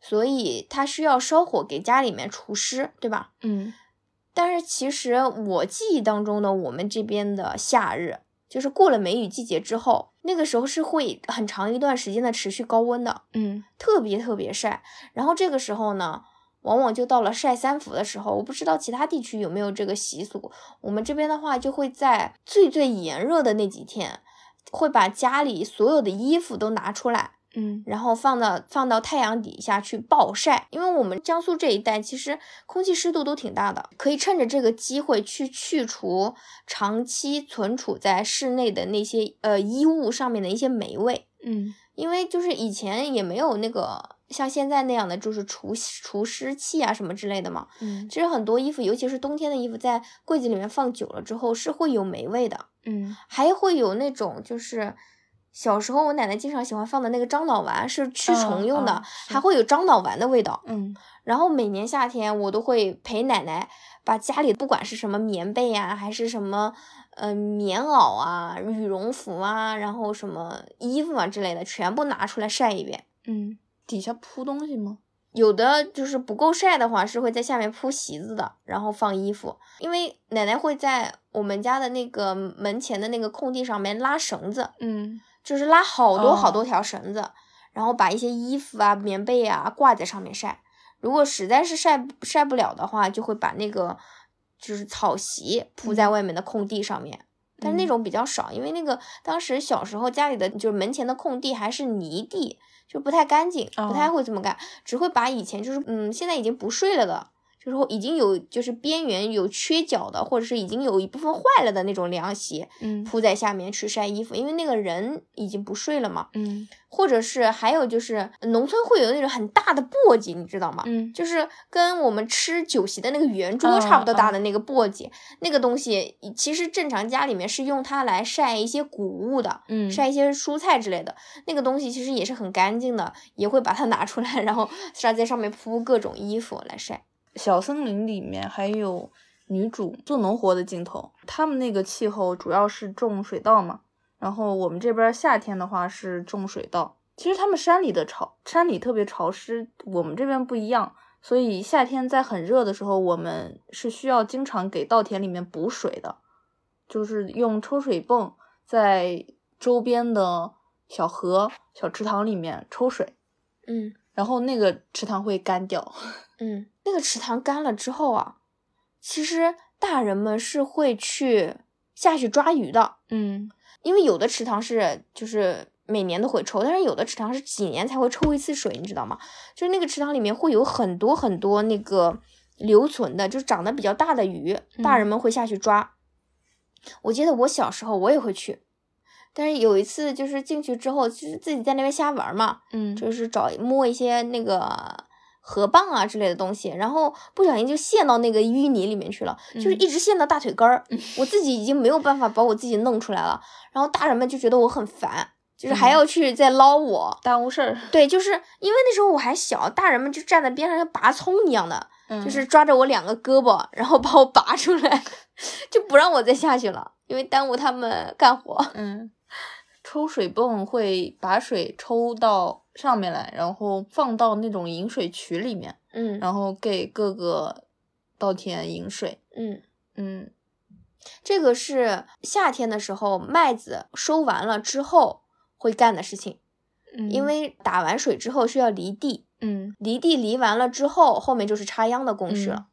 Speaker 1: 所以它需要烧火给家里面除湿，对吧？
Speaker 2: 嗯，
Speaker 1: 但是其实我记忆当中的我们这边的夏日，就是过了梅雨季节之后，那个时候是会很长一段时间的持续高温的，
Speaker 2: 嗯，
Speaker 1: 特别特别晒。然后这个时候呢，往往就到了晒三伏的时候。我不知道其他地区有没有这个习俗，我们这边的话就会在最最炎热的那几天，会把家里所有的衣服都拿出来，
Speaker 2: 嗯，
Speaker 1: 然后放到放到太阳底下去暴晒，因为我们江苏这一带其实空气湿度都挺大的，可以趁着这个机会去去除长期存储在室内的那些呃衣物上面的一些霉味，
Speaker 2: 嗯，
Speaker 1: 因为就是以前也没有那个像现在那样的就是除除湿器啊什么之类的嘛，
Speaker 2: 嗯，
Speaker 1: 其实很多衣服，尤其是冬天的衣服，在柜子里面放久了之后是会有霉味的，
Speaker 2: 嗯，
Speaker 1: 还会有那种就是小时候我奶奶经常喜欢放的那个樟脑丸，是驱虫用的，
Speaker 2: 嗯嗯是
Speaker 1: 还会有樟脑丸的味道。
Speaker 2: 嗯，
Speaker 1: 然后每年夏天我都会陪奶奶把家里不管是什么棉被呀、还是什么呃棉袄啊、羽绒服啊，然后什么衣服啊之类的，全部拿出来晒一遍。
Speaker 2: 嗯，底下铺东西吗？
Speaker 1: 有的就是不够晒的话，是会在下面铺席子的，然后放衣服。因为奶奶会在我们家的那个门前的那个空地上面拉绳子，
Speaker 2: 嗯，
Speaker 1: 就是拉好多
Speaker 2: 哦
Speaker 1: 好多条绳子，然后把一些衣服啊、棉被啊挂在上面晒。如果实在是晒不晒不了的话，就会把那个就是草席铺在外面的空地上面。但是那
Speaker 2: 嗯
Speaker 1: 种比较少，因为那个当时小时候家里的就是门前的空地还是泥地，就不太干净，不太
Speaker 2: 哦
Speaker 1: 会这么干，只会把以前就是嗯现在已经不睡了的。就是已经有就是边缘有缺角的，或者是已经有一部分坏了的那种凉席，
Speaker 2: 嗯，
Speaker 1: 铺在下面去晒衣服，因为那个人已经不睡了嘛。
Speaker 2: 嗯，
Speaker 1: 或者是还有就是农村会有那种很大的簸箕，你知道吗？
Speaker 2: 嗯，
Speaker 1: 就是跟我们吃酒席的那个圆桌差不多
Speaker 2: 嗯
Speaker 1: 大的那个簸箕，那个东西其实正常家里面是用它来晒一些谷物的，
Speaker 2: 嗯，
Speaker 1: 晒一些蔬菜之类的。那个东西其实也是很干净的，也会把它拿出来，然后上在上面铺各种衣服来晒。
Speaker 2: 小森林里面还有女主做农活的镜头。他们那个气候主要是种水稻嘛，然后我们这边夏天的话是种水稻。其实他们山里的潮，山里特别潮湿，我们这边不一样，所以夏天在很热的时候，我们是需要经常给稻田里面补水的，就是用抽水泵在周边的小河、小池塘里面抽水，
Speaker 1: 嗯
Speaker 2: 然后那个池塘会干掉。
Speaker 1: 嗯，那个池塘干了之后啊，其实大人们是会去下去抓鱼的，
Speaker 2: 嗯
Speaker 1: 因为有的池塘是就是每年都会抽，但是有的池塘是几年才会抽一次水，你知道吗？就是那个池塘里面会有很多很多那个留存的，就是长得比较大的鱼，大人们会下去抓。我记得我小时候我也会去，但是有一次就是进去之后，就是自己在那边瞎玩嘛，
Speaker 2: 嗯
Speaker 1: 就是找摸一些那个河蚌啊之类的东西，然后不小心就陷到那个淤泥里面去了，就是
Speaker 2: 嗯
Speaker 1: 一直陷到大腿根儿，我自己已经没有办法把我自己弄出来了，然后大人们就觉得我很烦。就是
Speaker 2: 嗯
Speaker 1: 还要去再捞我，
Speaker 2: 耽误事儿，
Speaker 1: 对，就是因为那时候我还小，大人们就站在边上像拔葱一样的，
Speaker 2: 嗯
Speaker 1: 就是抓着我两个胳膊，然后把我拔出来， 就不让我再下去了，因为耽误他们干活。
Speaker 2: 嗯， 抽水泵会把水抽到上面来，然后放到那种饮水渠里面，
Speaker 1: 嗯
Speaker 2: 然后给各个稻田饮水。
Speaker 1: 嗯，
Speaker 2: 嗯
Speaker 1: 这个是夏天的时候麦子收完了之后会干的事情，
Speaker 2: 嗯，
Speaker 1: 因为打完水之后是要犁地，
Speaker 2: 嗯
Speaker 1: 犁地犁完了之后，后面就是插秧的工事了。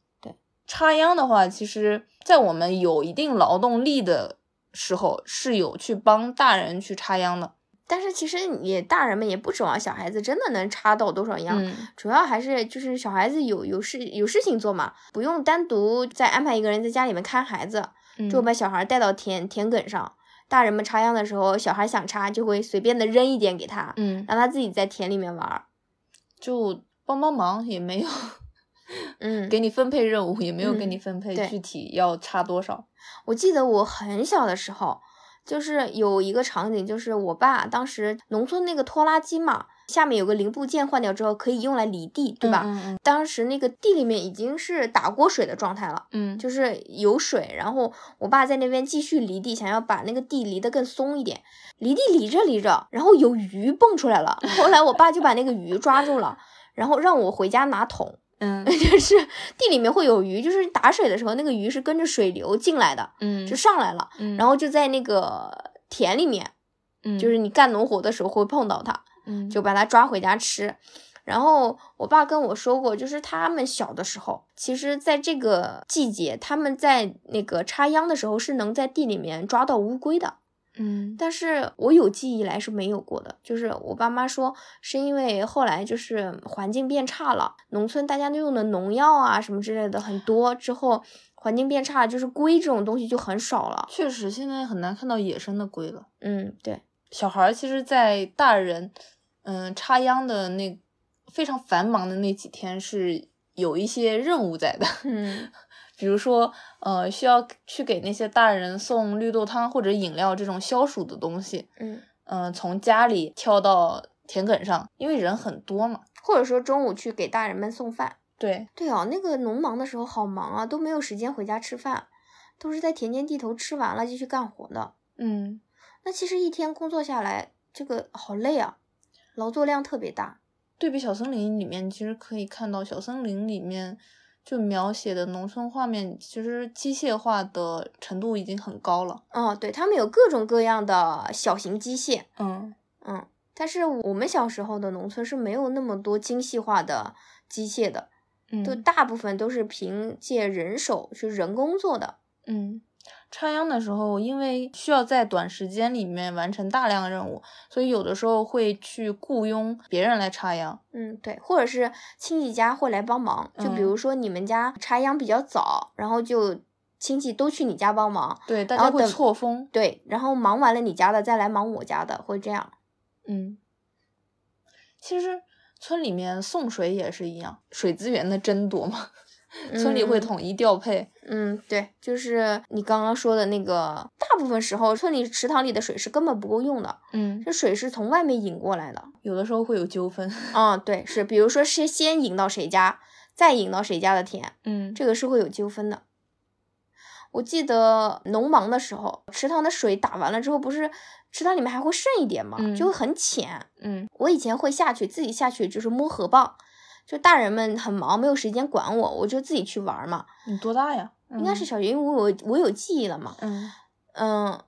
Speaker 2: 插秧的话，其实在我们有一定劳动力的时候，是有去帮大人去插秧的。
Speaker 1: 但是其实也大人们也不指望小孩子真的能插到多少秧，
Speaker 2: 嗯
Speaker 1: 主要还是就是小孩子有有事有事情做嘛，不用单独再安排一个人在家里面看孩子，
Speaker 2: 嗯，
Speaker 1: 就把小孩带到田田埂上。大人们插秧的时候，小孩想插就会随便的扔一点给他，
Speaker 2: 嗯
Speaker 1: 让他自己在田里面玩儿。
Speaker 2: 就帮帮忙，也没有
Speaker 1: 嗯，
Speaker 2: 给你分配任务，也没有给
Speaker 1: 嗯
Speaker 2: 你分配
Speaker 1: 对
Speaker 2: 具体要插多少。
Speaker 1: 我记得我很小的时候，就是有一个场景，就是我爸当时农村那个拖拉机嘛，下面有个零部件换掉之后可以用来犁地，对吧？
Speaker 2: 嗯
Speaker 1: 当时那个地里面已经是打过水的状态了。
Speaker 2: 嗯嗯
Speaker 1: 就是有水，然后我爸在那边继续犁地，想要把那个地犁得更松一点。犁地犁着犁着，然后有鱼蹦出来 了，后来我爸就把那个鱼抓住了，然后让我回家拿桶。
Speaker 2: 嗯
Speaker 1: 就是地里面会有鱼，就是打水的时候，那个鱼是跟着水流进来的，
Speaker 2: 嗯，
Speaker 1: 就上来了，
Speaker 2: 嗯
Speaker 1: 然后就在那个田里面，
Speaker 2: 嗯
Speaker 1: 就是你干农活的时候会碰到它。
Speaker 2: 嗯
Speaker 1: 就把它抓回家吃。然后我爸跟我说过，就是他们小的时候，其实在这个季节，他们在那个插秧的时候是能在地里面抓到乌龟的。
Speaker 2: 嗯
Speaker 1: 但是我有记忆以来是没有过的，就是我爸妈说是因为后来就是环境变差了，农村大家都用的农药啊什么之类的很多，之后环境变差了，就是龟这种东西就很少了。
Speaker 2: 确实现在很难看到野生的龟了。
Speaker 1: 嗯，对，
Speaker 2: 小孩儿其实，在大人嗯插秧的那非常繁忙的那几天是有一些任务在的，
Speaker 1: 嗯
Speaker 2: 比如说呃需要去给那些大人送绿豆汤或者饮料这种消暑的东西，
Speaker 1: 嗯。
Speaker 2: 嗯、从家里跳到田埂上，因为人很多嘛。
Speaker 1: 或者说中午去给大人们送饭，
Speaker 2: 对，
Speaker 1: 对哦，那个农忙的时候好忙啊，都没有时间回家吃饭，都是在田间地头吃完了继续干活的。
Speaker 2: 嗯，
Speaker 1: 那其实一天工作下来，这个好累啊，劳作量特别大。
Speaker 2: 对比《小森林》里面，其实可以看到《小森林》里面就描写的农村画面，其实机械化的程度已经很高了。
Speaker 1: 哦，对，他们有各种各样的小型机械，
Speaker 2: 嗯
Speaker 1: 嗯，但是我们小时候的农村是没有那么多精细化的机械的，
Speaker 2: 嗯，
Speaker 1: 都大部分都是凭借人手去人工做的。
Speaker 2: 嗯，插秧的时候，因为需要在短时间里面完成大量任务，所以有的时候会去雇佣别人来插秧。
Speaker 1: 嗯，对，或者是亲戚家会来帮忙，就比如说你们家插秧比较早，然后就亲戚都去你家帮忙，
Speaker 2: 对，大
Speaker 1: 然
Speaker 2: 家
Speaker 1: 后
Speaker 2: 会
Speaker 1: 等
Speaker 2: 错峰。
Speaker 1: 对，然后忙完了你家的再来忙我家的，会这样。
Speaker 2: 嗯，其实村里面送水也是一样，水资源的争夺嘛， 村里会
Speaker 1: 嗯
Speaker 2: 统一调配。
Speaker 1: 嗯，对，就是你刚刚说的那个，大部分时候村里池塘里的水是根本不够用的，
Speaker 2: 嗯，
Speaker 1: 这水是从外面引过来的。
Speaker 2: 有的时候会有纠纷。
Speaker 1: 啊、对，是，比如说是先引到谁家，再引到谁家的田，
Speaker 2: 嗯，
Speaker 1: 这个是会有纠纷的。我记得农忙的时候，池塘的水打完了之后，不是池塘里面还会剩一点嘛，
Speaker 2: 嗯
Speaker 1: 就会很浅。
Speaker 2: 嗯
Speaker 1: 我以前会下去自己下去，就是摸河蚌，就大人们很忙，没有时间管我，我就自己去玩儿嘛。
Speaker 2: 你多大呀？
Speaker 1: 应该是小学，因为我有我有记忆了嘛。
Speaker 2: 嗯
Speaker 1: 嗯，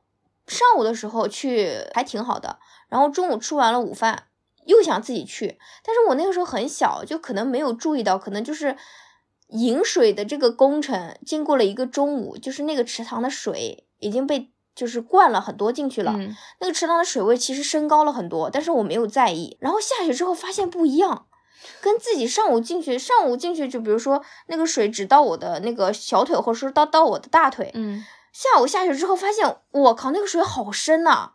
Speaker 1: 上午的时候去还挺好的，然后中午吃完了午饭，又想自己去，但是我那个时候很小，就可能没有注意到，可能就是引水的这个工程经过了一个中午，就是那个池塘的水已经被就是灌了很多进去了，
Speaker 2: 嗯
Speaker 1: 那个池塘的水位其实升高了很多，但是我没有在意。然后下去之后发现不一样，跟自己上午进去，上午进去就比如说那个水只到我的那个小腿，或者说到到我的大腿，
Speaker 2: 嗯
Speaker 1: 下午下去之后发现，我靠，那个水好深呐、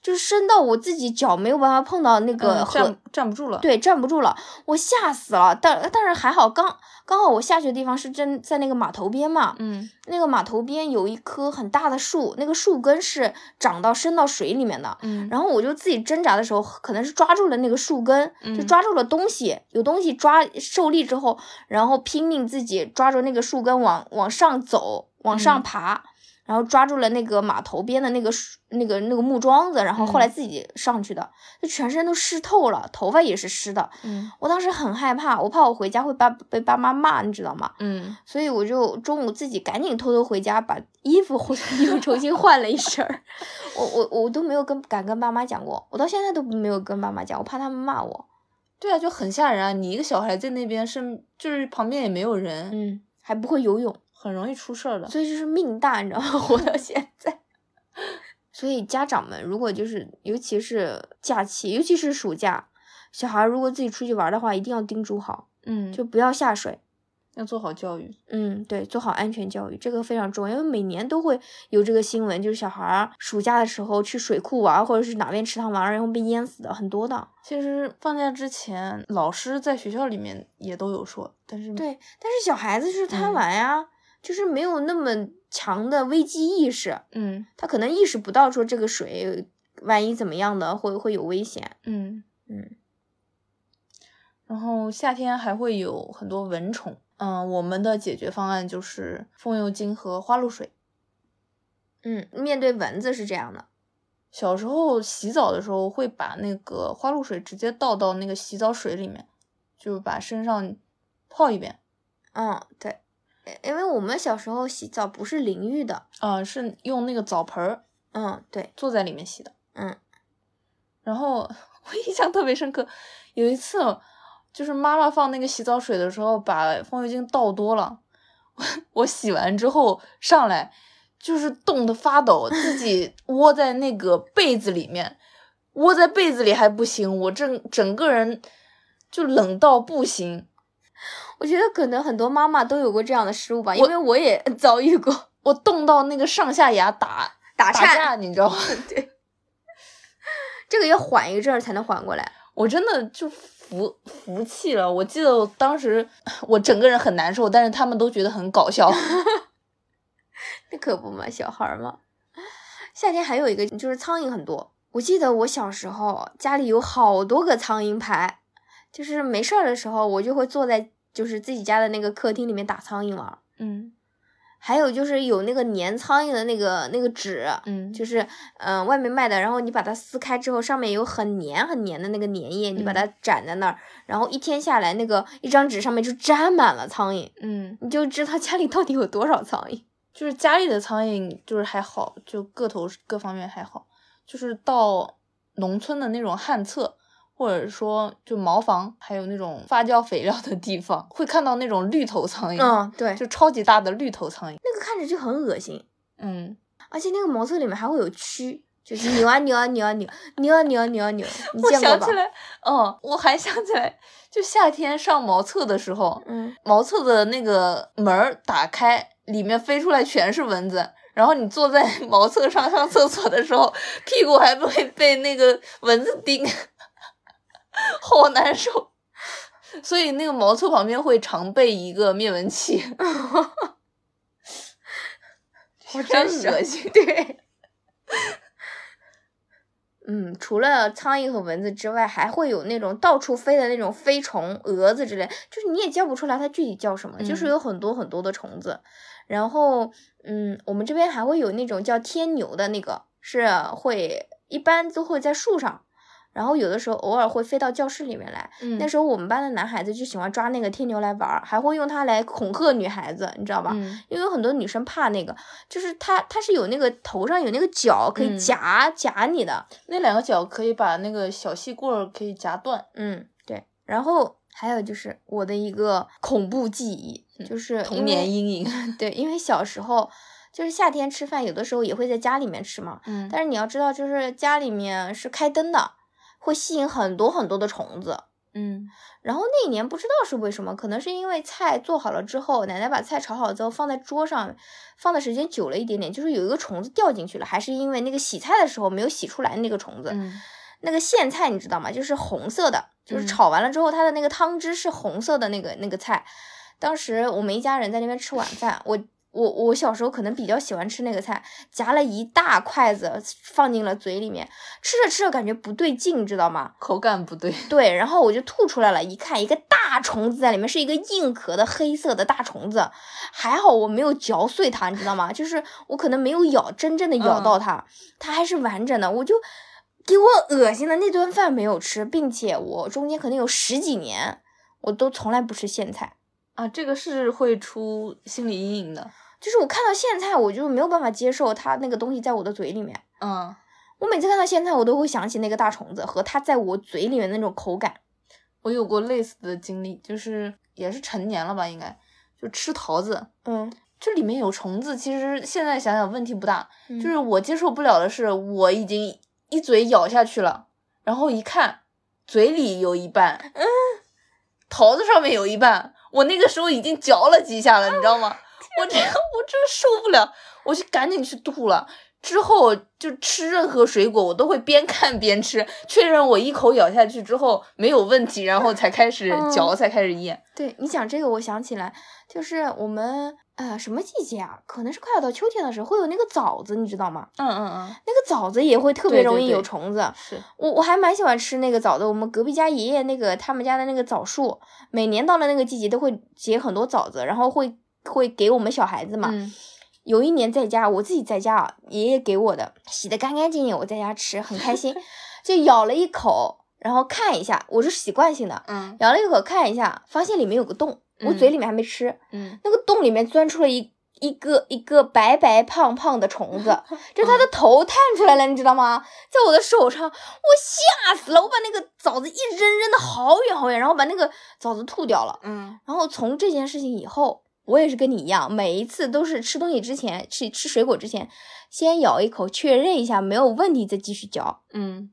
Speaker 1: 就是深到我自己脚没有办法碰到那个
Speaker 2: 嗯
Speaker 1: 河，
Speaker 2: 站站不住了。
Speaker 1: 对，站不住了，我吓死了。但但是还好刚，刚好我下去的地方是真在那个码头边嘛，
Speaker 2: 嗯，
Speaker 1: 那个码头边有一棵很大的树，那个树根是长到伸到水里面的。
Speaker 2: 嗯
Speaker 1: 然后我就自己挣扎的时候，可能是抓住了那个树根，就
Speaker 2: 嗯
Speaker 1: 抓住了东西，有东西抓受力之后，然后拼命自己抓住那个树根往往上走，往上
Speaker 2: 嗯
Speaker 1: 爬，然后抓住了那个码头边的那个树那个那个木桩子，然后后来
Speaker 2: 嗯
Speaker 1: 自己上去的，就全身都湿透了，头发也是湿的。
Speaker 2: 嗯
Speaker 1: 我当时很害怕，我怕我回家会爸被爸妈骂，你知道吗？
Speaker 2: 嗯，
Speaker 1: 所以我就中午自己赶紧偷偷回家，把衣服换又重新换了一身儿。我我我都没有跟敢跟爸妈讲过，我到现在都没有跟爸妈讲，我怕他们骂我。
Speaker 2: 对啊，就很吓人啊！你一个小孩在那边身，就是旁边也没有人，
Speaker 1: 嗯，还不会游泳，
Speaker 2: 很容易出事儿的。
Speaker 1: 所以就是命大，你知道吗？ 活到现在。所以家长们如果就是，尤其是假期，尤其是暑假，小孩如果自己出去玩的话，一定要叮嘱好，
Speaker 2: 嗯，
Speaker 1: 就不要下水。
Speaker 2: 要做好教育。
Speaker 1: 嗯，对，做好安全教育这个非常重要，因为每年都会有这个新闻，就是小孩儿暑假的时候去水库玩，或者是哪边池塘玩，然后被淹死的很多的。
Speaker 2: 其实放假之前，老师在学校里面也都有说，但是
Speaker 1: 对，但是小孩子就是贪
Speaker 2: 嗯
Speaker 1: 玩呀、就是没有那么强的危机意识，
Speaker 2: 嗯
Speaker 1: 他可能意识不到说这个水万一怎么样的会会有危险。
Speaker 2: 嗯
Speaker 1: 嗯，
Speaker 2: 然后夏天还会有很多蚊虫。嗯，我们的解决方案就是风油精和花露水。
Speaker 1: 嗯，面对蚊子是这样的，
Speaker 2: 小时候洗澡的时候会把那个花露水直接倒到那个洗澡水里面，就是把身上泡一遍。
Speaker 1: 嗯，对，因为我们小时候洗澡不是淋浴的，
Speaker 2: 啊、是用那个澡盆儿
Speaker 1: 嗯，对，
Speaker 2: 坐在里面洗的。
Speaker 1: 嗯，
Speaker 2: 然后我印象特别深刻，有一次就是妈妈放那个洗澡水的时候，把风油精倒多了，我我洗完之后上来就是冻得发抖，自己窝在那个被子里面，窝在被子里还不行，我整整个人就冷到不行。
Speaker 1: 我觉得可能很多妈妈都有过这样的失误吧，因为我也 遭遇过
Speaker 2: 我冻到那个上下牙打
Speaker 1: 打
Speaker 2: 打架，你知道吗？
Speaker 1: 这个要缓一阵儿才能缓过来。
Speaker 2: 我真的就服服气了。我记得我当时我整个人很难受，但是他们都觉得很搞笑。
Speaker 1: 那可不嘛，小孩儿嘛。夏天还有一个就是苍蝇很多，我记得我小时候家里有好多个苍蝇拍，就是没事儿的时候我就会坐在就是自己家的那个客厅里面打苍蝇玩儿。
Speaker 2: 嗯
Speaker 1: 还有就是有那个粘苍蝇的那个那个纸，
Speaker 2: 嗯就
Speaker 1: 就是嗯、呃外面卖的，然后你把它撕开之后，上面有很粘很粘的那个粘液，
Speaker 2: 嗯
Speaker 1: 你把它粘在那儿，然后一天下来，那个一张纸上面就沾满了苍蝇，
Speaker 2: 嗯，
Speaker 1: 你就知道家里到底有多少苍蝇。
Speaker 2: 就是家里的苍蝇就是还好，就个头是各方面还好，就是到农村的那种旱厕。或者说，就茅房，还有那种发酵肥料的地方，会看到那种绿头苍蝇，
Speaker 1: 嗯，对，
Speaker 2: 就超级大的绿头苍蝇。
Speaker 1: 那个看着就很恶心，
Speaker 2: 嗯，
Speaker 1: 而且那个茅厕里面还会有蛆， 就是扭啊扭啊扭啊扭，扭啊扭啊扭啊扭，你
Speaker 2: 我
Speaker 1: 见过
Speaker 2: 想
Speaker 1: 吧
Speaker 2: 起？来，嗯，我还想起来，就夏天上茅厕的时候，
Speaker 1: 嗯，
Speaker 2: 茅厕的那个门儿打开，里面飞出来全是蚊子。然后你坐在 茅厕上上厕所的时候，屁股还不会被那个蚊子叮，好难受。所以那个茅厕旁边会常备一个灭蚊器，
Speaker 1: 我
Speaker 2: 非常
Speaker 1: 真是
Speaker 2: 恶心。对，
Speaker 1: 嗯，除了苍蝇和蚊子之外，还会有那种到处飞的那种飞虫、蛾子之类，就是你也叫不出来它具体叫什么，就是
Speaker 2: 嗯
Speaker 1: 有很多很多的虫子。然后，嗯，我们这边还会有那种叫天牛的那个，是会一般都会在树上，然后有的时候偶尔会飞到教室里面来。
Speaker 2: 嗯
Speaker 1: 那时候我们班的男孩子就喜欢抓那个天牛来玩儿，还会用它来恐吓女孩子，你知道吧？
Speaker 2: 嗯
Speaker 1: 因为有很多女生怕那个，就是它它是有那个头上有那个角可以
Speaker 2: 嗯
Speaker 1: 夹、夹你的，
Speaker 2: 那两个角可以把那个小细棍儿可以夹断，
Speaker 1: 嗯，对。然后还有就是我的一个恐怖记忆，就是
Speaker 2: 嗯童
Speaker 1: 因为
Speaker 2: 年阴影。
Speaker 1: 对，因为小时候就是夏天吃饭，有的时候也会在家里面吃嘛。
Speaker 2: 嗯
Speaker 1: 但是你要知道，就是家里面是开灯的，会吸引很多很多的虫子。
Speaker 2: 嗯
Speaker 1: 然后那一年不知道是为什么，可能是因为菜做好了之后，奶奶把菜炒好之后放在桌上，放的时间久了一点点，就是有一个虫子掉进去了，还是因为那个洗菜的时候没有洗出来那个虫子。
Speaker 2: 嗯
Speaker 1: 那个苋菜你知道吗？就是红色的，就是
Speaker 2: 嗯
Speaker 1: 炒完了之后它的那个汤汁是红色的那个那个菜。当时我们一家人在那边吃晚饭，我我我小时候可能比较喜欢吃那个菜，夹了一大筷子放进了嘴里面，吃着吃着感觉不对劲，你知道吗？
Speaker 2: 口感不对，
Speaker 1: 对，然后我就吐出来了，一看一个大虫子在里面，是一个硬壳的黑色的大虫子，还好我没有嚼碎它，你知道吗？就是我可能没有咬真正的咬到它，它还是完整的，我就给我恶心的那顿饭没有吃，并且我中间可能有十几年我都从来不吃苋菜，
Speaker 2: 啊，这个是会出心理阴影的。
Speaker 1: 就是我看到苋菜我就没有办法接受它那个东西在我的嘴里面，
Speaker 2: 嗯
Speaker 1: 我每次看到苋菜我都会想起那个大虫子和它在我嘴里面那种口感，
Speaker 2: 我有过类似的经历，就是也是成年了吧，应该就吃桃子，
Speaker 1: 嗯，
Speaker 2: 这里面有虫子。其实现在想想问题不大，
Speaker 1: 就
Speaker 2: 就是我接受不了的是，我已经一嘴咬下去了，然后一看，嘴里有一半，嗯，桃子上面有一半，我那个时候已经嚼了几下了，你知道吗？我这我真受不了，我就赶紧去吐了。之后就吃任何水果，我都会边看边吃，确认我一口咬下去之后没有问题，然后才开始
Speaker 1: 嗯
Speaker 2: 嚼，才开始咽。
Speaker 1: 对你讲这个，我想起来，就是我们呃什么季节啊？可能是快要到秋天的时候，会有那个枣子，你知道吗？
Speaker 2: 嗯嗯嗯，
Speaker 1: 那个枣子也会特别
Speaker 2: 对对
Speaker 1: 容易有
Speaker 2: 对
Speaker 1: 虫子。
Speaker 2: 是，
Speaker 1: 我我还蛮喜欢吃那个枣的。我们隔壁家爷爷那个他们家的那个枣树，每年到了那个季节都会结很多枣子，然后会会给我们小孩子嘛。
Speaker 2: 嗯
Speaker 1: 有一年在家，我自己在家啊，爷爷给我的，洗的干干净净，我在家吃很开 心，就咬了一口，然后看一下，我是习惯性的，
Speaker 2: 嗯
Speaker 1: 咬了一口看一下，发现里面有个洞，我嘴
Speaker 2: 嗯
Speaker 1: 里面还没吃，
Speaker 2: 嗯，
Speaker 1: 那个洞里面钻出了一一个一个白白胖胖的虫子，就是它的头探出来了，你知道吗？在我的手上，我吓死了，我把那个枣子一扔扔的好远好远，然后把那个枣子吐掉了。
Speaker 2: 嗯
Speaker 1: 然后从这件事情以后，我也是跟你一样，每一次都是吃东西之前，吃吃水果之前，先咬一口确认一下没有问题，再继续嚼。
Speaker 2: 嗯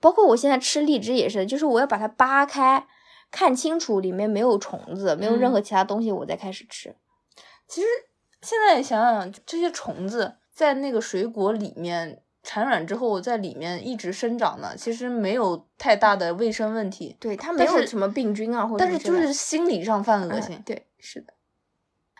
Speaker 1: 包括我现在吃荔枝也是，就是我要把它扒开，看清楚里面没有虫子，没有任何其他东西，我再开始吃。
Speaker 2: 其实现在想想，这些虫子在那个水果里面产卵之后，在里面一直生长呢，其实没有太大的卫生问题，
Speaker 1: 对，它没
Speaker 2: 但
Speaker 1: 有
Speaker 2: 是
Speaker 1: 什么病菌啊，或者
Speaker 2: 但是
Speaker 1: 什
Speaker 2: 就
Speaker 1: 么之类
Speaker 2: 是
Speaker 1: 的
Speaker 2: 心理上犯恶心
Speaker 1: 嗯。对，是的。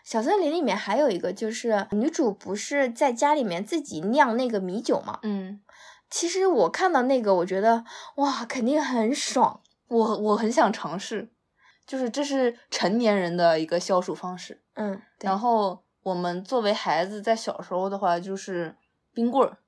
Speaker 1: 小森林里面还有一个，就是女主不是在家里面自己酿那个米酒嘛？
Speaker 2: 嗯，
Speaker 1: 其实我看到那个，我觉得哇，肯定很爽。
Speaker 2: 我我很想尝试，就是这是成年人的一个消暑方式。
Speaker 1: 嗯，对
Speaker 2: 然后我们作为孩子，在小时候的话，就是冰棍儿。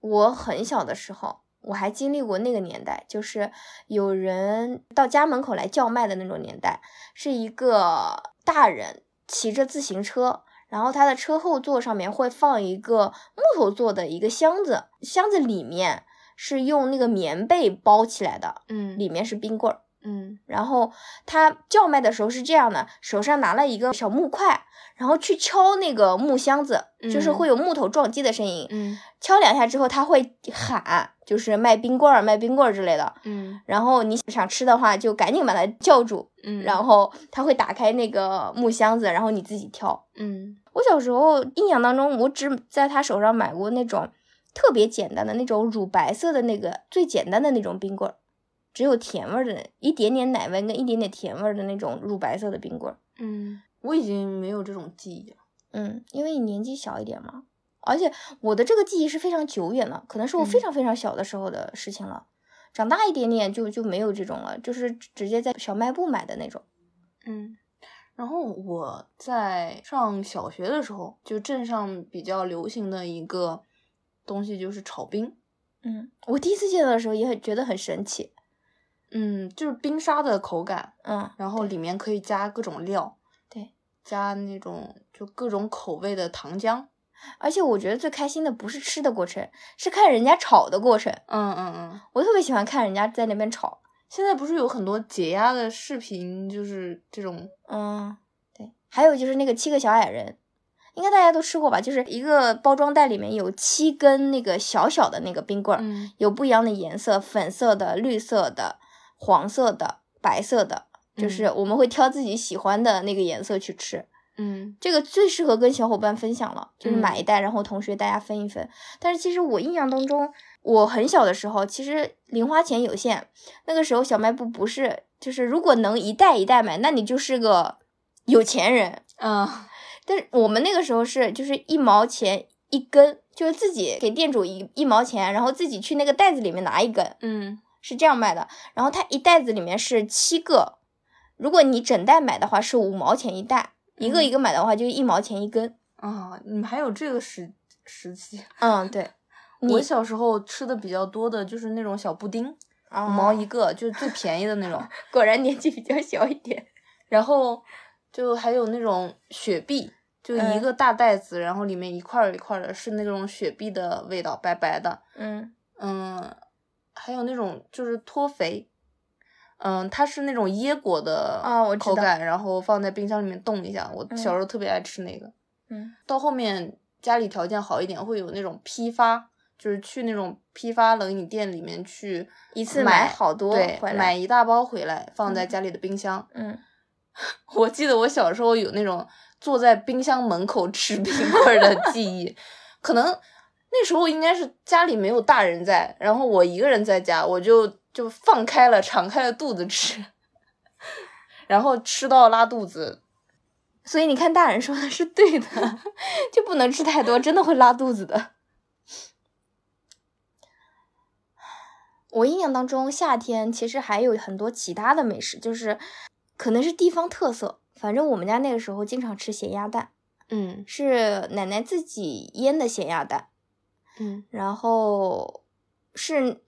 Speaker 1: 我很小的时候，我还经历过那个年代，就是有人到家门口来叫卖的那种年代，是一个大人骑着自行车。然后他的车后座上面会放一个木头做的一个箱子，箱子里面是用那个棉被包起来的，
Speaker 2: 嗯
Speaker 1: 里面是冰棍儿。
Speaker 2: 嗯
Speaker 1: 然后他叫卖的时候是这样的，手上拿了一个小木块，然后去敲那个木箱子，就是
Speaker 2: 嗯
Speaker 1: 会有木头撞击的声音。
Speaker 2: 嗯
Speaker 1: 敲两下之后，他会喊，就是卖冰棍儿、卖冰棍儿之类的。
Speaker 2: 嗯
Speaker 1: 然后你想吃的话，就赶紧把它叫住，
Speaker 2: 嗯然后
Speaker 1: 然后他会打开那个木箱子，然后你自己挑。
Speaker 2: 嗯
Speaker 1: 我小时候印象当中，我只在他手上买过那种特别简单的那种乳白色的那个最简单的那种冰棍儿，只有甜味儿的，一点点奶味跟一点点甜味儿的那种乳白色的冰棍儿。
Speaker 2: 嗯，我已经没有这种记忆了。
Speaker 1: 嗯，因为你年纪小一点嘛，而且我的这个记忆是非常久远了，可能是我非
Speaker 2: 嗯
Speaker 1: 常非常小的时候的事情了。长大一点点就就没有这种了，就是直接在小卖部买的那种。
Speaker 2: 嗯，然后我在上小学的时候，就镇上比较流行的一个东西就是炒冰，
Speaker 1: 嗯，我第一次见到的时候也很觉得很神奇。
Speaker 2: 嗯，就是冰沙的口感，
Speaker 1: 嗯，
Speaker 2: 然后里面可以加各种料，
Speaker 1: 对，
Speaker 2: 加那种就各种口味的糖浆，
Speaker 1: 而且我觉得最开心的不是吃的过程，是看人家炒的过程。
Speaker 2: 嗯嗯嗯。
Speaker 1: 我特别喜欢看人家在那边炒。
Speaker 2: 现在不是有很多解压的视频，就是这种，
Speaker 1: 嗯，对。还有就是那个七个小矮人，应该大家都吃过吧？就是一个包装袋里面有七根那个小小的那个冰棍儿。
Speaker 2: 嗯
Speaker 1: 有不一样的颜色，粉色的、绿色的、黄色的、白色的，就是我们会挑自己喜欢的那个颜色去吃。
Speaker 2: 嗯
Speaker 1: 这个最适合跟小伙伴分享了，就是
Speaker 2: 嗯
Speaker 1: 买一袋，然后同学大家分一分。但是其实我印象当中，我很小的时候，其实零花钱有限，那个时候小卖部不是，就是如果能一袋一袋买，那你就是个有钱人。
Speaker 2: 啊
Speaker 1: 但是我们那个时候是就是一毛钱一根，就是自己给店主一一毛钱，然后自己去那个袋子里面拿一根，
Speaker 2: 嗯
Speaker 1: 是这样卖的。然后它一袋子里面是七个，如果你整袋买的话是五毛钱一袋，一个
Speaker 2: 嗯
Speaker 1: 一个买的话就一毛钱一根。
Speaker 2: 啊，你们还有这个时时期？
Speaker 1: 嗯，对，
Speaker 2: 我
Speaker 1: 你
Speaker 2: 小时候吃的比较多的就是那种小布丁，
Speaker 1: 啊
Speaker 2: 五毛一个，就是最便宜的那种。
Speaker 1: 果然年纪比较小一点。嗯
Speaker 2: 然后就还有那种雪碧，就一
Speaker 1: 嗯
Speaker 2: 个大袋子，然后里面一块儿一块儿的，是那种雪碧的味道，白白的。
Speaker 1: 嗯
Speaker 2: 嗯，还有那种就是脱肥，嗯，它是那种椰果的
Speaker 1: 啊我知
Speaker 2: 口
Speaker 1: 道
Speaker 2: 感，然后放在冰箱里面冻一下。我小时候特别爱吃那个。
Speaker 1: 嗯
Speaker 2: 到后面家里条件好一点，会有那种批发，就是去那种批发冷饮店里面去
Speaker 1: 一次
Speaker 2: 买
Speaker 1: 买好多
Speaker 2: 对
Speaker 1: 回来
Speaker 2: 买一大包回来，放在
Speaker 1: 嗯
Speaker 2: 家里的冰箱。
Speaker 1: 嗯，
Speaker 2: 我记得我小时候有那种坐在冰箱门口吃冰棍儿 的记忆，可能那时候应该是家里没有大人在，然后我一个人在家，我就就放开了，敞开了肚子吃， 然后吃到拉肚子。
Speaker 1: 所以你看大人说的是对的， 就不能吃太多，真的会拉肚子的。我印象当中，夏天其实还有很多其他的美食，就是可能是地方特色。反正我们家那个时候经常吃咸鸭蛋，
Speaker 2: 嗯
Speaker 1: 是奶奶自己腌的咸鸭蛋。
Speaker 2: 嗯
Speaker 1: 然后是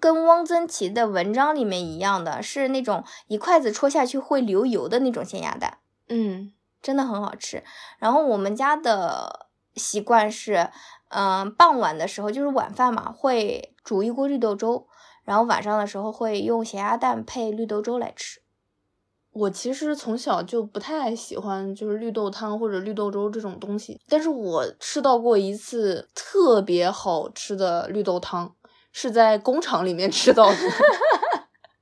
Speaker 1: 跟汪曾祺的文章里面一样的，是那种一筷子戳下去会流油的那种咸鸭蛋，
Speaker 2: 嗯
Speaker 1: 真的很好吃。然后我们家的习惯是，嗯、傍晚的时候就是晚饭嘛，会煮一锅绿豆粥，然后晚上的时候会用咸鸭蛋配绿豆粥来吃。
Speaker 2: 我其实从小就不太喜欢就是绿豆汤或者绿豆粥这种东西，但是我吃到过一次特别好吃的绿豆汤，是在工厂里面吃到的。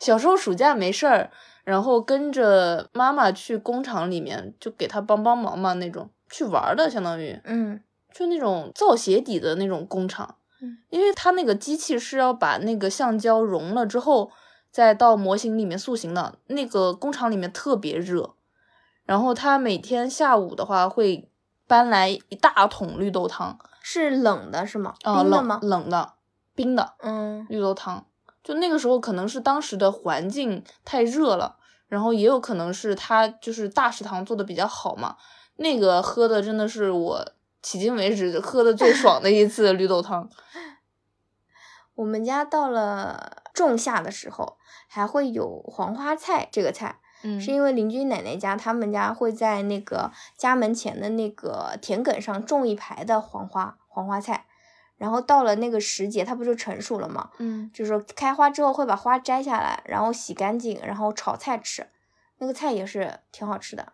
Speaker 2: 小时候暑假没事儿，然后跟着妈妈去工厂里面，就给她帮帮忙嘛那种，去玩儿的相当于，
Speaker 1: 嗯
Speaker 2: 就那种造鞋底的那种工厂
Speaker 1: 嗯，
Speaker 2: 因为它那个机器是要把那个橡胶融了之后，再到模型里面塑形的。那个工厂里面特别热，然后它每天下午的话会搬来一大桶绿豆汤，
Speaker 1: 是冷的是吗？
Speaker 2: 啊、
Speaker 1: 冰的
Speaker 2: 冷
Speaker 1: 吗？
Speaker 2: 冷的，冰的
Speaker 1: 嗯
Speaker 2: 绿豆汤。就那个时候可能是当时的环境太热了，然后也有可能是它就是大食堂做的比较好嘛。那个喝的真的是我迄今为止喝的最爽的一次绿豆汤。
Speaker 1: 我们家到了仲夏的时候，还会有黄花菜这个菜，
Speaker 2: 嗯
Speaker 1: 是因为邻居奶奶家，他们家会在那个家门前的那个田埂上种一排的黄花黄花菜，然后到了那个时节，它不就成熟了吗？
Speaker 2: 嗯
Speaker 1: 就是说开花之后会把花摘下来，然后洗干净，然后炒菜吃，那个菜也是挺好吃的，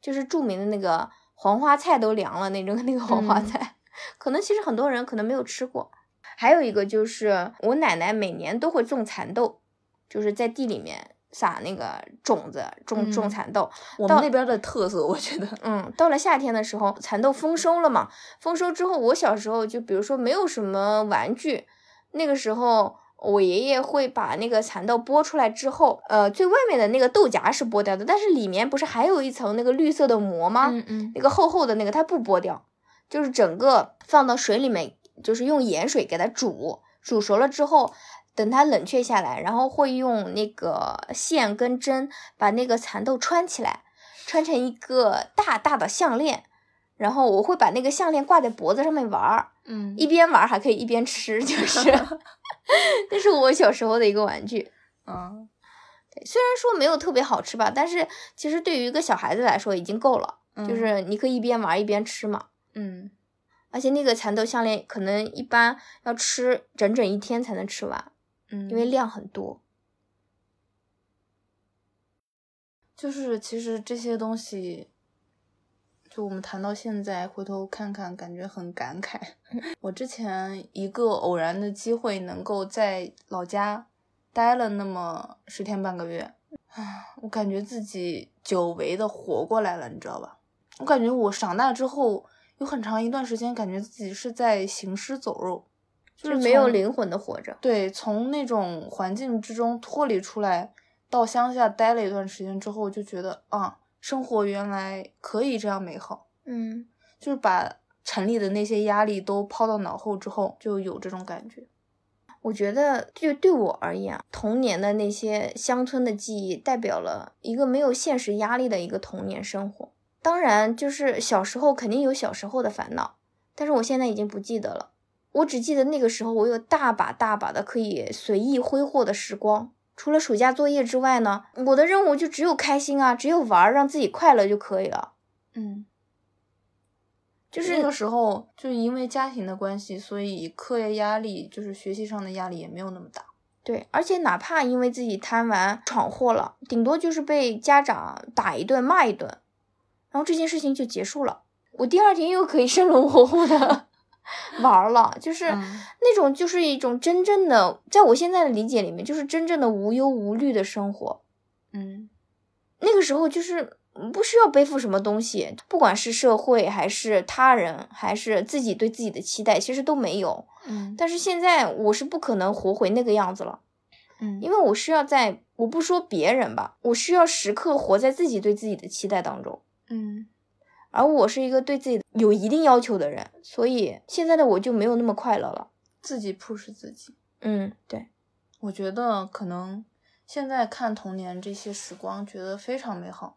Speaker 1: 就是著名的那个黄花菜都凉了那种那个黄花
Speaker 2: 嗯
Speaker 1: 菜，可能其实很多人可能没有吃过。还有一个就是我奶奶每年都会种蚕豆，就是在地里面撒那个种子，种种
Speaker 2: 嗯
Speaker 1: 蚕豆。
Speaker 2: 我们那边的特色，我觉得。
Speaker 1: 嗯，到了夏天的时候，蚕豆丰收了嘛。丰收之后，我小时候就比如说没有什么玩具，那个时候我爷爷会把那个蚕豆剥出来之后，呃，最外面的那个豆荚是剥掉的，但是里面不是还有一层那个绿色的膜吗？
Speaker 2: 嗯
Speaker 1: 那个厚厚的那个它不剥掉，就是整个放到水里面，就是用盐水给它煮，煮熟了之后，等它冷却下来，然后会用那个线跟针把那个蚕豆穿起来，穿成一个大大的项链。然后我会把那个项链挂在脖子上面玩儿，
Speaker 2: 嗯
Speaker 1: 一边玩儿还可以一边吃，就是， 那是我小时候的一个玩具。
Speaker 2: 啊，
Speaker 1: 对虽然说没有特别好吃吧，但是其实对于一个小孩子来说已经够了。就
Speaker 2: 嗯
Speaker 1: 是你可以一边玩儿一边吃嘛。
Speaker 2: 嗯
Speaker 1: 而且那个蚕豆项链可能一般要吃整整一天才能吃完，
Speaker 2: 嗯，
Speaker 1: 因为量很多。
Speaker 2: 就是其实这些东西，就我们谈到现在，回头看看，感觉很感 慨。我之前一个偶然的机会，能够在老家待了那么十天半个月，唉，我感觉自己久违的活过来了，你知道吧？我感觉我长大之后有很长一段时间，感觉自己是在行尸走肉，
Speaker 1: 就是没有
Speaker 2: 从
Speaker 1: 灵魂的活着。
Speaker 2: 对，从那种环境之中脱离出来，到乡下待了一段时间之后，就觉得啊，生活原来可以这样美好，
Speaker 1: 嗯，
Speaker 2: 就是把城里的那些压力都抛到脑后之后，就有这种感觉。
Speaker 1: 我觉得就对我而言啊，童年的那些乡村的记忆，代表了一个没有现实压力的一个童年生活。当然，就是小时候肯定有小时候的烦恼，但是我现在已经不记得了。我只记得那个时候，我有大把大把的可以随意挥霍的时光。除了暑假作业之外呢，我的任务就只有开心啊，只有玩儿，让自己快乐就可以了。
Speaker 2: 嗯，
Speaker 1: 就
Speaker 2: 那个
Speaker 1: 是
Speaker 2: 时候，就是因为家庭的关系，所以课业压力，就是学习上的压力也没有那么大。
Speaker 1: 对，而且哪怕因为自己贪玩闯祸了，顶多就是被家长打一顿骂一顿，然后这件事情就结束了。我第二天又可以 生龙活虎的 玩儿了，就是
Speaker 2: 嗯
Speaker 1: 那种就是一种真正的，在我现在的理解里面，就是真正的无忧无虑的生活。
Speaker 2: 嗯
Speaker 1: 那个时候就是嗯不需要背负什么东西，不管是社会还是他人，还是自己对自己的期待，其实都没有。
Speaker 2: 嗯
Speaker 1: 但是现在我是不可能活回那个样子了，
Speaker 2: 嗯，
Speaker 1: 因
Speaker 2: 为
Speaker 1: 为我是要在我不说别人吧，我需要时刻活在自己对自己的期待当中。
Speaker 2: 嗯
Speaker 1: 而我是一个对自己有一定要求的人，所以现在的我就没有那么快乐了。
Speaker 2: 自己 push 自己。
Speaker 1: 嗯，对，
Speaker 2: 我觉得可能现在看童年这些时光，觉得非常美好。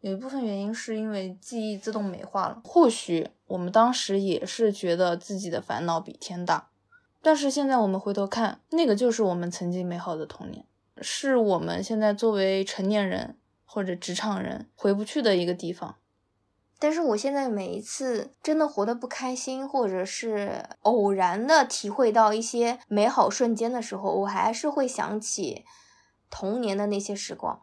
Speaker 2: 有一部分原因是因为记忆自动美化了，或许我们当时也是觉得自己的烦恼比天大，但是现在我们回头看，那个就是我们曾经美好的童年，是我们现在作为成年人或者职场人回不去的一个地方。
Speaker 1: 但是我现在每一次真的活得不开心，或者是偶然的体会到一些美好瞬间的时候，我还是会想起童年的那些时光，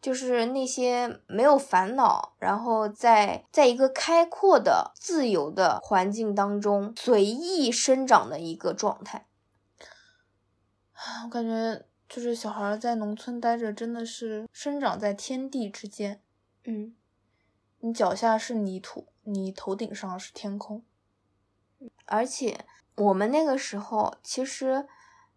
Speaker 1: 就是那些没有烦恼，然后在在一个开阔的、自由的环境当中随意生长的一个状态。
Speaker 2: 我感觉就是小孩儿在农村待着，真的是生长在天地之间。
Speaker 1: 嗯，
Speaker 2: 你脚下是泥土，你头顶上是天空。
Speaker 1: 而且我们那个时候其实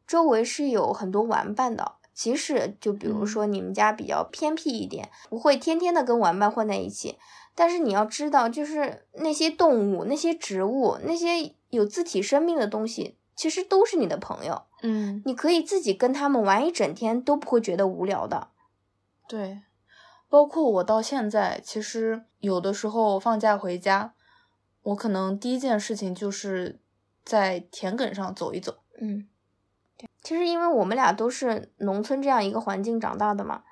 Speaker 1: 周围是有很多玩伴的，即使就比如
Speaker 2: 嗯
Speaker 1: 说你们家比较偏僻一点，不会天天的跟玩伴混在一起，但是你要知道，就是那些动物、那些植物、那些有自体生命的东西，其实都是你的朋友，
Speaker 2: 嗯，
Speaker 1: 你可以自己跟他们玩一整天都不会觉得无聊的。
Speaker 2: 对，包括我到现在，其实有的时候放假回家，我可能第一件事情就是在田埂上走一走。
Speaker 1: 嗯，其实因为我们俩都是农村这样一个环境长大的嘛，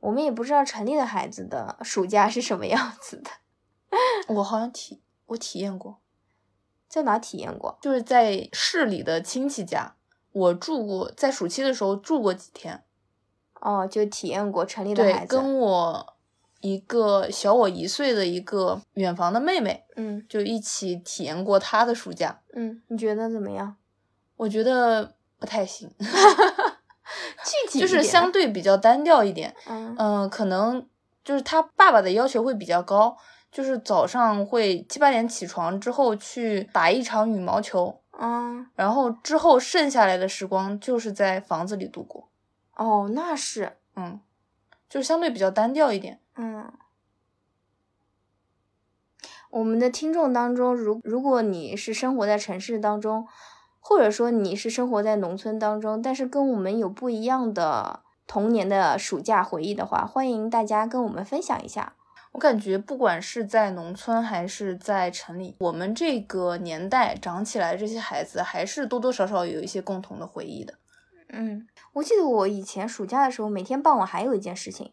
Speaker 1: 我们也不知道城里的孩子的暑假是什么样子的，
Speaker 2: 我好像体我体验过，
Speaker 1: 在哪体验过？
Speaker 2: 就是在市里的亲戚家，我住过，在暑期的时候住过几天。
Speaker 1: 哦，就体验过城里的
Speaker 2: 对
Speaker 1: 孩，子。
Speaker 2: 跟我一个小我一岁的一个远房的妹妹，
Speaker 1: 嗯
Speaker 2: 就一起体验过她的暑假。
Speaker 1: 嗯，你觉得怎么样？
Speaker 2: 我觉得不太行，
Speaker 1: 具体
Speaker 2: 就
Speaker 1: 一
Speaker 2: 是
Speaker 1: 点
Speaker 2: 相对比较单调一点。
Speaker 1: 嗯
Speaker 2: 嗯、可能就是他爸爸的要求会比较高，就是早上会七八点起床之后去打一场羽毛球，
Speaker 1: 嗯
Speaker 2: 然后之后剩下来的时光就是在房子里度过。
Speaker 1: 哦，那是
Speaker 2: 嗯，就是相对比较单调一点。
Speaker 1: 嗯。我们的听众当中，如如果你是生活在城市当中，或者说你是生活在农村当中，但是跟我们有不一样的童年的暑假回忆的话，欢迎大家跟我们分享一下。
Speaker 2: 我感觉不管是在农村还是在城里，我们这个年代长起来这些孩子，还是多多少少有一些共同的回忆的。
Speaker 1: 嗯，我记得我以前暑假的时候，每天傍晚还有一件事情，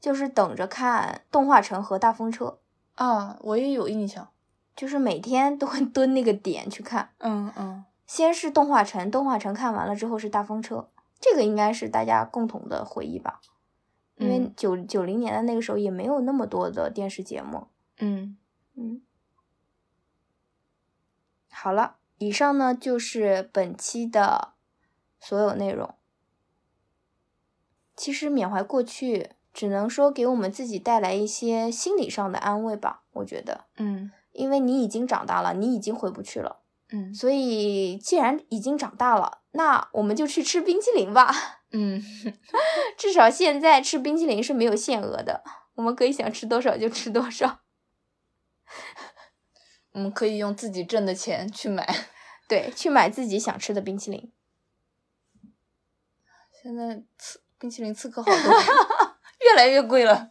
Speaker 1: 就是等着看动画城和大风车，
Speaker 2: 啊，我也有印象。
Speaker 1: 就是每天都会蹲那个点去看。
Speaker 2: 嗯嗯，
Speaker 1: 先是动画城，动画城看完了之后是大风车，这个应该是大家共同的回忆吧。因为
Speaker 2: 嗯
Speaker 1: 九九零年的那个时候也没有那么多的电视节目。
Speaker 2: 嗯
Speaker 1: 嗯，好了，以上呢就是本期的所有内容。其实缅怀过去，只能说给我们自己带来一些心理上的安慰吧。我觉得，
Speaker 2: 嗯
Speaker 1: 因为你已经长大了，你已经回不去了，
Speaker 2: 嗯
Speaker 1: 所以既然已经长大了，那我们就去吃冰淇淋吧。
Speaker 2: 嗯，
Speaker 1: 至少现在吃冰淇淋是没有限额的，我们可以想吃多少就吃多少。
Speaker 2: 我们可以用自己挣的钱去买。
Speaker 1: 对，去买自己想吃的冰淇淋。
Speaker 2: 现在刺冰淇淋刺客好多，越来越贵了。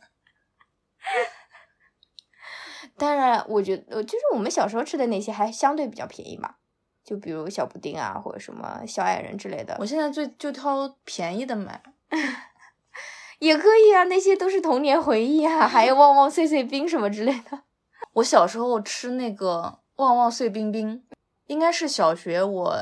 Speaker 1: 当然，我觉得呃就是我们小时候吃的那些还相对比较便宜嘛，就比如小布丁啊，或者什么小矮人之类的
Speaker 2: 我，现在最就挑便宜的买，
Speaker 1: 也可以啊。那些都是童年回忆啊，还有旺旺碎碎冰什么之类的。
Speaker 2: 我小时候吃那个旺旺碎冰冰，应该是小学我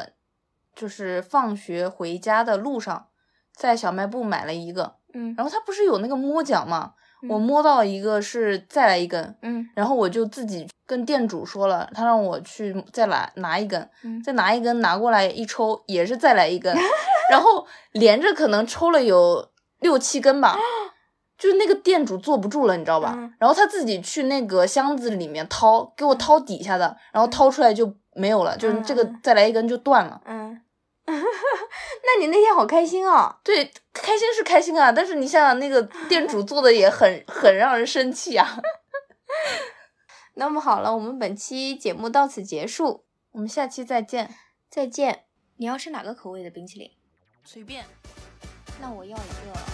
Speaker 2: 就是放学回家的路上，在小卖部买了一个，
Speaker 1: 嗯
Speaker 2: 然后它不是有那个摸奖嘛，我
Speaker 1: 嗯
Speaker 2: 摸到了一个是再来一根，
Speaker 1: 嗯
Speaker 2: 然后我就自己跟店主说了，他让我去再拿拿一根，
Speaker 1: 嗯，
Speaker 2: 再拿一根拿过来一抽，也是再来一根， 然后连着可能抽了有六七 根吧，就是那个店主坐不住了，你知道吧？
Speaker 1: 嗯
Speaker 2: 然后他自己去那个箱子里面掏，给我掏底下的，然后掏出来就没有了，就是这个
Speaker 1: 嗯嗯
Speaker 2: 再来一根就断了。
Speaker 1: 嗯， 那你那天好开心哦。
Speaker 2: 对，开心是开心啊，但是你想想那个店主做的也很很让人生气啊。
Speaker 1: 那么好了，我们本期节目到此结束，
Speaker 2: 我们下期再见，
Speaker 1: 再见。你要吃哪个口味的冰淇淋？
Speaker 2: 随便。
Speaker 1: 那我要一个。